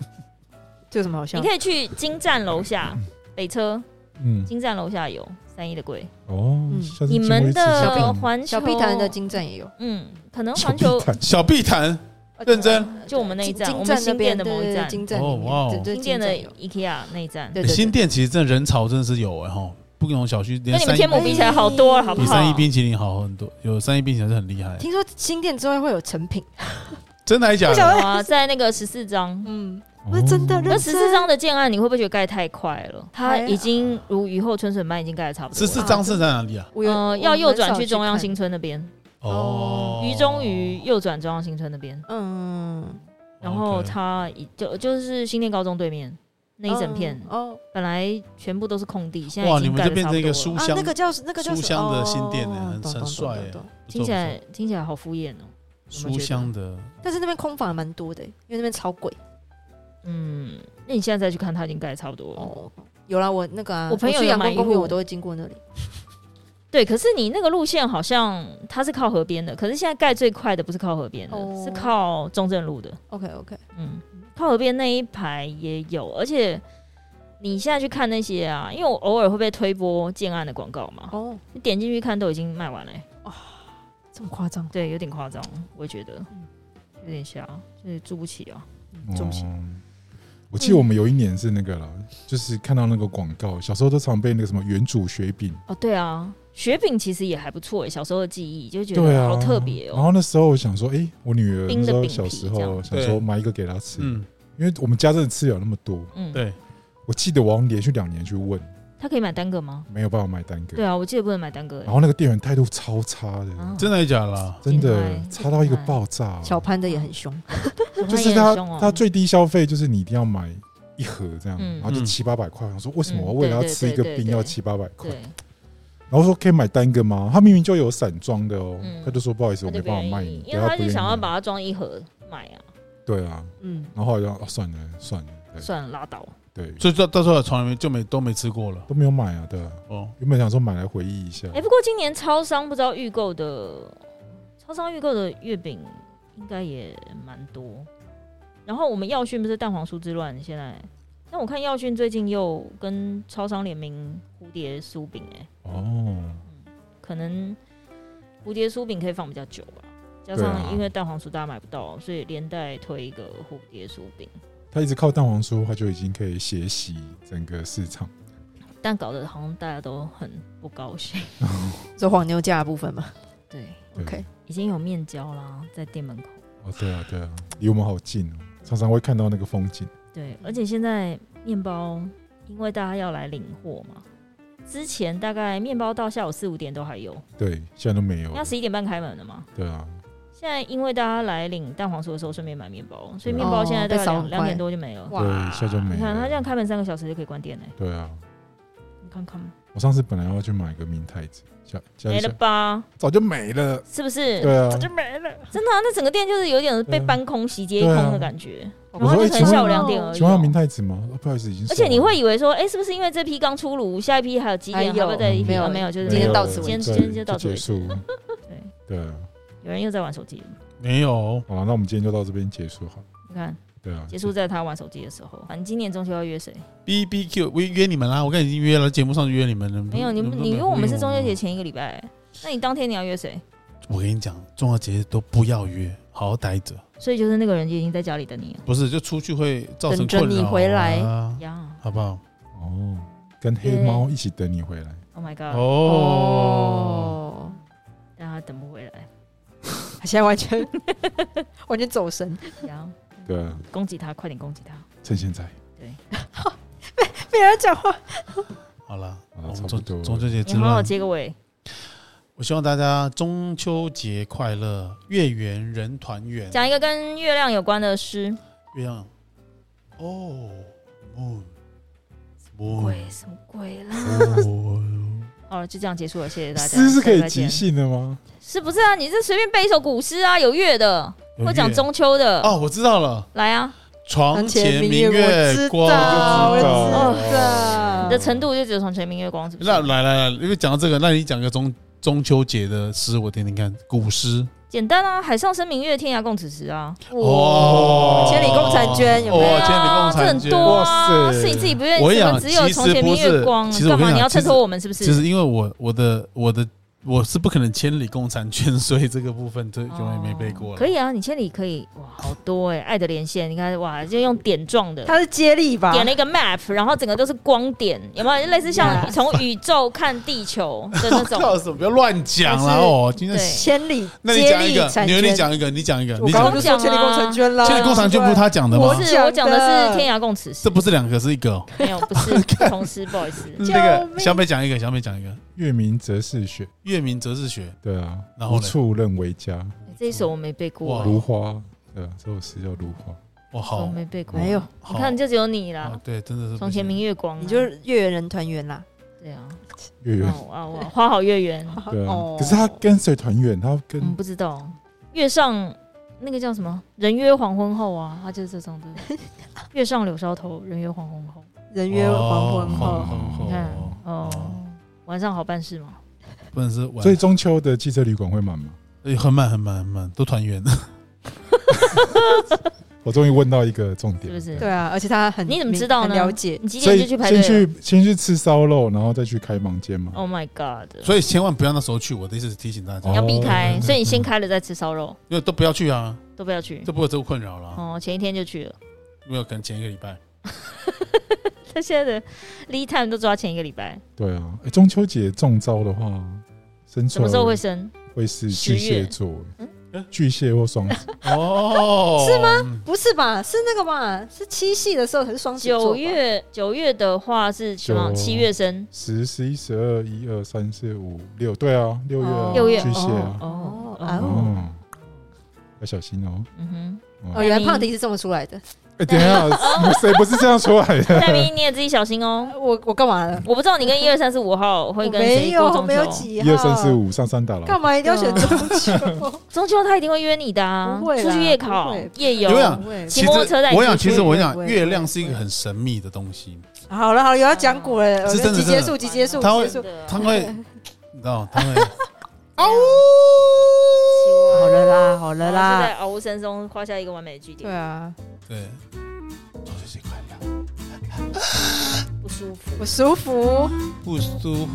S4: 这有什么好笑
S1: 你
S4: 的？
S1: 可以去金站楼下北车，
S3: 嗯，
S1: 金站楼下有三一的柜，
S3: 哦，
S4: 嗯
S3: 下次
S1: 你
S3: 进
S1: 们
S3: 威士忌
S1: 的
S3: 看
S1: 环球
S4: 小碧潭的金站也有，
S1: 嗯，可能
S3: 小
S1: 环
S3: 碧
S1: 球
S3: 潭
S2: 小碧潭认真
S1: 哦啊就我们那一站，
S4: 金
S1: 我们
S4: 金站那
S1: 新
S4: 边
S1: 店的某一
S4: 对对对
S1: 站，
S4: 金站
S2: 哦
S4: 里面
S2: 哇哦
S4: 对对
S1: 新店的哎
S4: 金站有
S1: IKEA 那一站，
S4: 对
S2: 新店其实真的人潮真的是有哎哈，不跟我们小区
S1: 跟
S2: 连
S1: 你们
S2: 三
S1: 天母
S2: 一
S1: 比起来好多了，好不
S2: 比
S1: 好？
S2: 三一冰淇淋好很多，有三一冰淇淋是很厉害，
S4: 听说新店
S2: 哎
S4: 之外会有成品，
S2: 真的还假
S4: 不晓
S2: 的？
S4: 得
S1: 啊，在那个十四章。
S4: 嗯，
S3: 哦
S4: 不是真的认
S1: 那
S4: 真
S1: 十四章的建案，你会不会觉得盖太快了？它
S4: 还好
S1: 已经如雨后春笋般，已经盖的差不多
S2: 十
S1: 了。
S2: 四张是在哪里啊？
S4: 我有
S1: 呃，要右转去
S4: 去
S1: 中央
S4: 看
S1: 新村那边，
S2: 哦，
S1: 于中于右转中央新村那边，
S4: 嗯，
S1: 然后
S2: OK
S1: 它已就就是新店高中对面那一整片，
S4: 哦，
S1: 本来全部都是空地，现在
S2: 哇，
S1: 已
S2: 你
S1: 经
S2: 们
S1: 盖得
S2: 就变
S1: 差
S2: 成
S1: 不
S2: 一
S1: 多
S2: 个
S1: 了。
S2: 书
S4: 啊，
S2: 香
S4: 那个叫那个叫
S2: 书香的新店欸
S4: 呢，
S2: 很
S4: 懂
S2: 很
S4: 懂
S2: 帅
S4: 懂
S2: 欸
S4: 懂懂
S2: 不错
S1: 听起来听起来好敷衍哦。
S2: 不错书香的
S4: 但是那边空房还蛮多的，因为那边超贵
S1: 嗯，那你现在再去看，它已经盖得差不多了。
S4: 哦。有啦，我那个啊，
S1: 我朋友
S4: 去
S1: 有
S4: 阳
S1: 买
S4: 光
S1: 一
S4: 公园，
S1: 户
S4: 我都会经过那里。
S1: 对，可是你那个路线好像它是靠河边的，可是现在盖最快的不是靠河边的，
S4: 哦
S1: 是靠中正路的。
S4: OK OK，
S1: 嗯，靠河边那一排也有，而且你现在去看那些啊，因为我偶尔会被推播建案的广告嘛，
S4: 哦，
S1: 你点进去看都已经卖完了欸、
S4: 这么夸张，
S1: 对，有点夸张，我觉得有点瞎，就是住不起啊。
S4: 住不起
S3: 哦我记得我们有一年是那个啦，就是看到那个广告，小时候都常被那个什么原主雪饼，
S1: 哦，对啊，雪饼其实也还不错欸、小时候的记忆就觉
S3: 对
S1: 得
S3: 啊，
S1: 好特别
S3: 然
S1: 哦、
S3: 后那时候我想说，哎，我女儿
S1: 冰的
S3: 那时候
S1: 饼皮
S3: 小时
S1: 这
S3: 候
S1: 样
S3: 想
S2: 对
S3: 说买一个给她吃，
S2: 嗯，
S3: 因为我们家真的吃了那么多，
S1: 嗯，
S2: 对，
S3: 我记得我好像连续两年去问，
S1: 他可以买单个吗？
S3: 没有办法买单个
S1: 对。啊，我记得不能买单个欸、
S3: 然后那个店员态度超差哦的，
S1: 啊
S2: 真的还假的啊？
S3: 真
S1: 变
S3: 的
S1: 态
S3: 差到一个
S1: 变态
S3: 爆炸。
S4: 小潘的也很凶，
S3: 就是
S1: 他
S3: 他
S1: 也很凶哦
S3: 他最低消费就是你一定要买一盒这样，
S1: 嗯
S3: 然后就
S2: 嗯
S3: 七八百块。我说为什么
S1: 嗯
S3: 我为了要
S1: 对对
S3: 吃一个
S1: 对对
S3: 冰
S1: 对
S3: 要七八百块？
S1: 对，
S3: 然后说可以买单个吗？他明明就有散装的哦
S1: 嗯，
S3: 他就说不好意思，
S1: 他
S3: 我
S1: 就
S3: 没
S1: 不
S3: 办法卖
S1: 愿
S3: 你
S1: 意，，
S3: 对
S1: 因为他
S3: 不
S1: 就
S3: 愿意
S1: 想要
S3: 买
S1: 把它装一盒买啊，
S3: 对啊，
S4: 嗯，
S3: 然后后来就哦算了算了，
S1: 算了，拉倒。
S3: 对对
S2: 所以到到时候从来没就没都没吃过了
S3: 都没有买啊，对啊，
S2: 哦。
S3: 原本想说买来回忆一下
S1: 哎、，不过今年超商不知道预购的，超商预购的月饼应该也蛮多。然后我们耀讯不是蛋黄酥之乱，现在，但我看耀讯最近又跟超商联名蝴蝶酥饼，哎，
S3: 哦，
S1: 可能蝴蝶酥饼可以放比较久吧。加
S3: 对啊
S1: 上因为蛋黄酥大家买不到，所以连带推一个蝴蝶酥饼，
S3: 他一直靠蛋黄酥，他就已经可以血洗整个市场。
S1: 但搞得好像大家都很不高兴。
S4: 这黄牛价的部分嘛。
S1: 对，
S3: 对
S4: OK，
S1: 已经有面交啦，在店门口。
S3: 哦，对啊对啊，离我们好近哦，常常会看到那个风景。
S1: 对，而且现在面包，因为大家要来领货嘛，之前大概面包到下午四五点都还有，
S3: 对，现在都没有了
S1: 要。十一点半开门了嘛。
S3: 对啊，
S1: 现在因为大家来领蛋黄酥的时候顺便买面包，
S3: 嗯
S1: 所以面包现在
S4: 哦
S1: 大
S4: 被
S1: 概
S4: 扫
S1: 两
S4: 很
S1: 两
S4: 快
S1: 点多就没了。
S4: 哇
S3: 对，现在就没
S1: 你看他这样
S3: 了。
S1: 开门三个小时就可以关店嘞、欸
S3: 对啊，
S1: 你看看
S3: 我上次本来要去买个明太子，家家
S1: 没
S3: 里
S1: 了
S3: 想
S1: 吧？
S3: 早就没了。
S1: 是不是？
S3: 对啊，
S4: 没了。
S1: 真的、啊，那整个店就是有点被
S3: 对啊
S1: 搬空、洗劫一空的感觉，
S4: 对啊
S1: 然后
S3: 我
S1: 就可
S3: 说哎
S1: 能
S3: 请问
S1: 下午两点而已
S3: 请问要明
S1: 哦、
S3: 太子吗？哦不好意思，已经。
S1: 而且你会，以为说，哎、是不是因为这批刚出炉，下一批还有几点，还
S4: 还有
S1: 要不要再一批？
S4: 哎没有
S1: 啊没有，就是
S4: 今天到此
S1: 今天
S4: 为止
S1: 今天就到此
S3: 结
S1: 为止。
S3: 束。
S1: 对，
S3: *laughs* 对啊，
S1: 有人又在玩手机了，
S2: 没有，
S3: 好了，那我们今天就到这边结束好了。
S1: 你看，
S3: 对啊，
S1: 结束在他玩手机的时候。嗯反正今年中秋要约谁？
S2: B B Q，我约你们啦，我刚才已经约了，节目上就约你们了。
S1: 没有，你
S2: 们
S1: 你因为我们是中秋节，前一个礼拜、那你当天你要约谁？
S2: 我跟你讲，中秋节都不要约，好好待着。
S1: 所以就是那个人就已经在家里等你了
S2: 不是，就出去会造成
S4: 等着
S2: 困扰、啊。
S4: 你回来
S1: 呀。
S2: 好不好？
S3: 哦，跟黑猫一起等你回来。
S1: Oh my
S3: 哦
S1: god！
S2: 哦，
S4: 哦，
S1: 但他等不回来，
S4: 他现在完全 *laughs* 完全走神，
S1: 呀，
S3: 对啊，
S1: 攻击他，快点攻击他。
S3: 趁现在。
S4: 没人讲话。
S2: 好了，
S3: 好啦
S2: 我们
S3: 差不
S2: 中
S3: 多
S2: 中秋节
S1: 你
S2: 之
S1: 好好
S2: 乱，
S1: 接个尾，
S2: 我希望大家中秋节快乐，月圆人团圆。
S1: 讲一个跟月亮有关的诗。
S2: 月亮，哦，moon
S1: 鬼什么鬼啦？
S2: moon，
S1: 好了，就这样结束了，谢谢大家。
S3: 诗是可以
S1: 再
S3: 即
S1: 见，
S3: 兴的吗？
S1: 是不是啊？你是随便背一首古诗啊，有乐的，
S3: 哦
S1: 或讲中秋的，
S2: 哦，我知道了，
S1: 来啊，
S2: 床前明
S4: 我
S2: 月
S4: 知
S2: 光。
S4: 道，
S3: 我
S4: 我知
S3: 知道
S4: 道
S3: 哦
S1: 你的程度就只有床前明月光，是不是？
S3: 啊
S2: 那来来来，因为讲到这个，那你讲个中中秋节的诗，我听听看，古诗。
S1: 简单啊，海上生明月，天涯共此时啊。
S2: 哦，
S4: 千里共婵娟有没有
S2: 哦，千里共
S1: 这
S2: 婵
S1: 很
S2: 娟。
S1: 多啊，
S3: 哇塞
S1: 是你自己不愿意，
S2: 我跟你
S1: 怎么
S2: 讲
S1: 只有床前明
S2: 其实不
S1: 月
S2: 是
S1: 光，
S2: 其实我
S1: 干嘛
S2: 跟你
S1: 你
S2: 讲
S1: 要衬
S2: 其实
S1: 托我们是不是？
S2: 其实因为我我的我的我是不可能千里共婵娟，所以这个部分就永远没背过了。
S1: 可以啊，你千里可以哇，好多哎、爱的连线，你看哇，就用点状的。
S4: 它是接力吧？
S1: 点了一个 map，然后整个都是光点，有没有类似像
S4: Yes
S1: 从宇宙看地球的那种？
S2: 靠什么？不要乱讲啦！哦，今天
S1: 对
S4: 千里
S2: 那你
S4: 接
S2: 讲一
S4: 力
S2: 个，
S4: 婵
S2: 你你
S4: 娟。
S2: 讲一个，你讲一个，
S4: 我
S2: 你
S4: 刚
S2: 讲
S4: 刚
S2: 一个。
S4: 就说千里共婵娟了，
S2: 千里共婵娟不是他讲的
S1: 不
S2: 吗
S4: 我？
S1: 是，我讲的是天涯共此
S2: 这
S1: 时，
S2: 不是两个，是一个哦。
S1: 没有，不是同时，不好意思。
S2: 那
S4: 救
S2: 个
S4: 命
S2: 小美讲一个，小美讲一个。
S3: 月明则是雪，
S2: 月明则是雪，
S3: 对啊，
S2: 然后
S3: 无
S2: 呢哦
S3: 处任为家，
S1: 这一首我没背过
S2: 哇，
S3: 如花，对啊，这首诗叫如花。
S2: 我
S1: 我
S2: 好，
S1: 没背过。
S4: 没有，
S1: 你看就只有你啦
S2: 哦，，对，真的是
S1: 床啊前明
S2: 月。
S1: 月光啊，
S4: 哎你就是月圆人团圆啦。
S1: 对啊，
S3: 月圆，
S1: 哦啊，哇花好月圆，
S3: 对啊
S4: 哦，
S3: 可是他跟谁团圆？他跟
S1: 嗯，不知道月上那个叫什么“人约黄昏后”啊，他就是这种
S3: *laughs*
S1: 的。月上柳梢头，人约黄昏后。
S4: 人约黄昏
S2: 哦
S4: 后，
S1: 你看
S2: 哦，
S1: 哦，晚上好办事吗？
S2: 不能是晚，
S3: 所
S2: 所
S3: 以中秋的汽车旅馆会满吗？
S2: 以很满很满很满，都团圆。
S3: 我终于问到一个重点，
S1: 是不是
S4: 对啊，而且他很
S1: 你怎么知道呢
S4: 很了解，
S1: 你几
S3: 所
S1: 点
S3: 以
S1: 就去排队
S3: 先
S1: 了
S3: 去先去吃烧肉，然后再去开房间嘛。
S1: ？Oh my god！
S2: *laughs* 所以千万不要那时候去，我的意思是提醒大家，
S1: 你要避
S3: 哦
S1: 开，
S3: 嗯
S1: 所以你先开了再吃烧肉，
S2: 因为都不要去啊，
S1: 都不要去
S2: 这。不会有这个困扰
S3: 嗯
S2: 了。
S1: 哦，前一天就去了。 *laughs*
S2: 没有，可能前一个礼拜。
S1: 他现在的 lead time 都抓前一个礼拜，
S3: 对啊，诶中秋节中招的话，生
S1: 什
S3: 出
S1: 么
S3: 来
S1: 时候会生？
S3: 会是
S1: 十
S3: 巨
S1: 月
S3: 蟹座
S1: 嗯，
S3: 巨蟹或双子。
S2: *laughs* 哦，是吗？
S4: 不是吧？是那个吧？是七夕的时候，还是双子座吧
S1: 九月九月的话是什么？
S3: 九
S1: 七月生，
S3: 十、十一、十二、一二、三四、五、六，对啊，六月啊
S4: 哦，
S1: 六月
S3: 巨蟹
S1: 哦
S3: 啊，
S1: 哦
S4: 哦
S1: 哦，
S3: 哦，要小心哦。
S1: 嗯
S3: *laughs*
S1: 哼。
S4: 哦，原来胖迪是这么出来的。
S1: *laughs*
S3: 哎，等一下，谁不是这样出来的？
S1: 戴明你也自己小心哦。
S4: 我我干嘛了？
S1: 我不知道你跟一二三四五号会
S4: 我
S1: 跟
S4: 没
S1: 谁过
S4: 有
S1: 中
S4: 没有
S1: 秋，
S4: 几
S3: 一
S4: 号，
S3: 二三四，
S1: 哦
S3: 五上山打
S4: 干
S3: 狼，
S4: 嘛一定要选
S1: 对
S4: 中秋？
S1: 中秋他一定会约你的啊，
S4: 不会啦
S1: 出去夜考
S4: 不会、
S1: 夜游
S2: 有。啊
S4: 不会
S1: 骑摩托车带你
S2: 我想，
S1: 出去
S2: 其实我想
S4: 不，会
S2: 月亮是一个很神秘的东西，
S4: *laughs* 好了好了，有要讲古了，
S2: 是真的
S4: 集
S2: 真的
S4: 结束集结束，
S2: 他会
S4: 集结束
S2: 它会，你知道，它会，
S1: 啊
S4: 好了啦
S1: 然后
S4: 好了
S1: 就
S4: 啦，
S1: 在嗷呜声中画下一个完美的句
S4: 对
S1: 点。
S4: 啊，
S2: 对，中秋节快乐。
S1: 不舒服，
S4: 我舒服，
S1: 嗯
S2: 不舒服。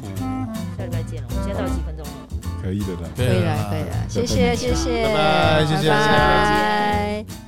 S1: 下礼拜见了。我们现在到底几分钟了？
S3: 可以的啦。
S2: 对啊
S4: 可以
S2: 啦
S4: 了可以了，谢谢谢谢，
S2: 拜拜谢谢
S4: 拜拜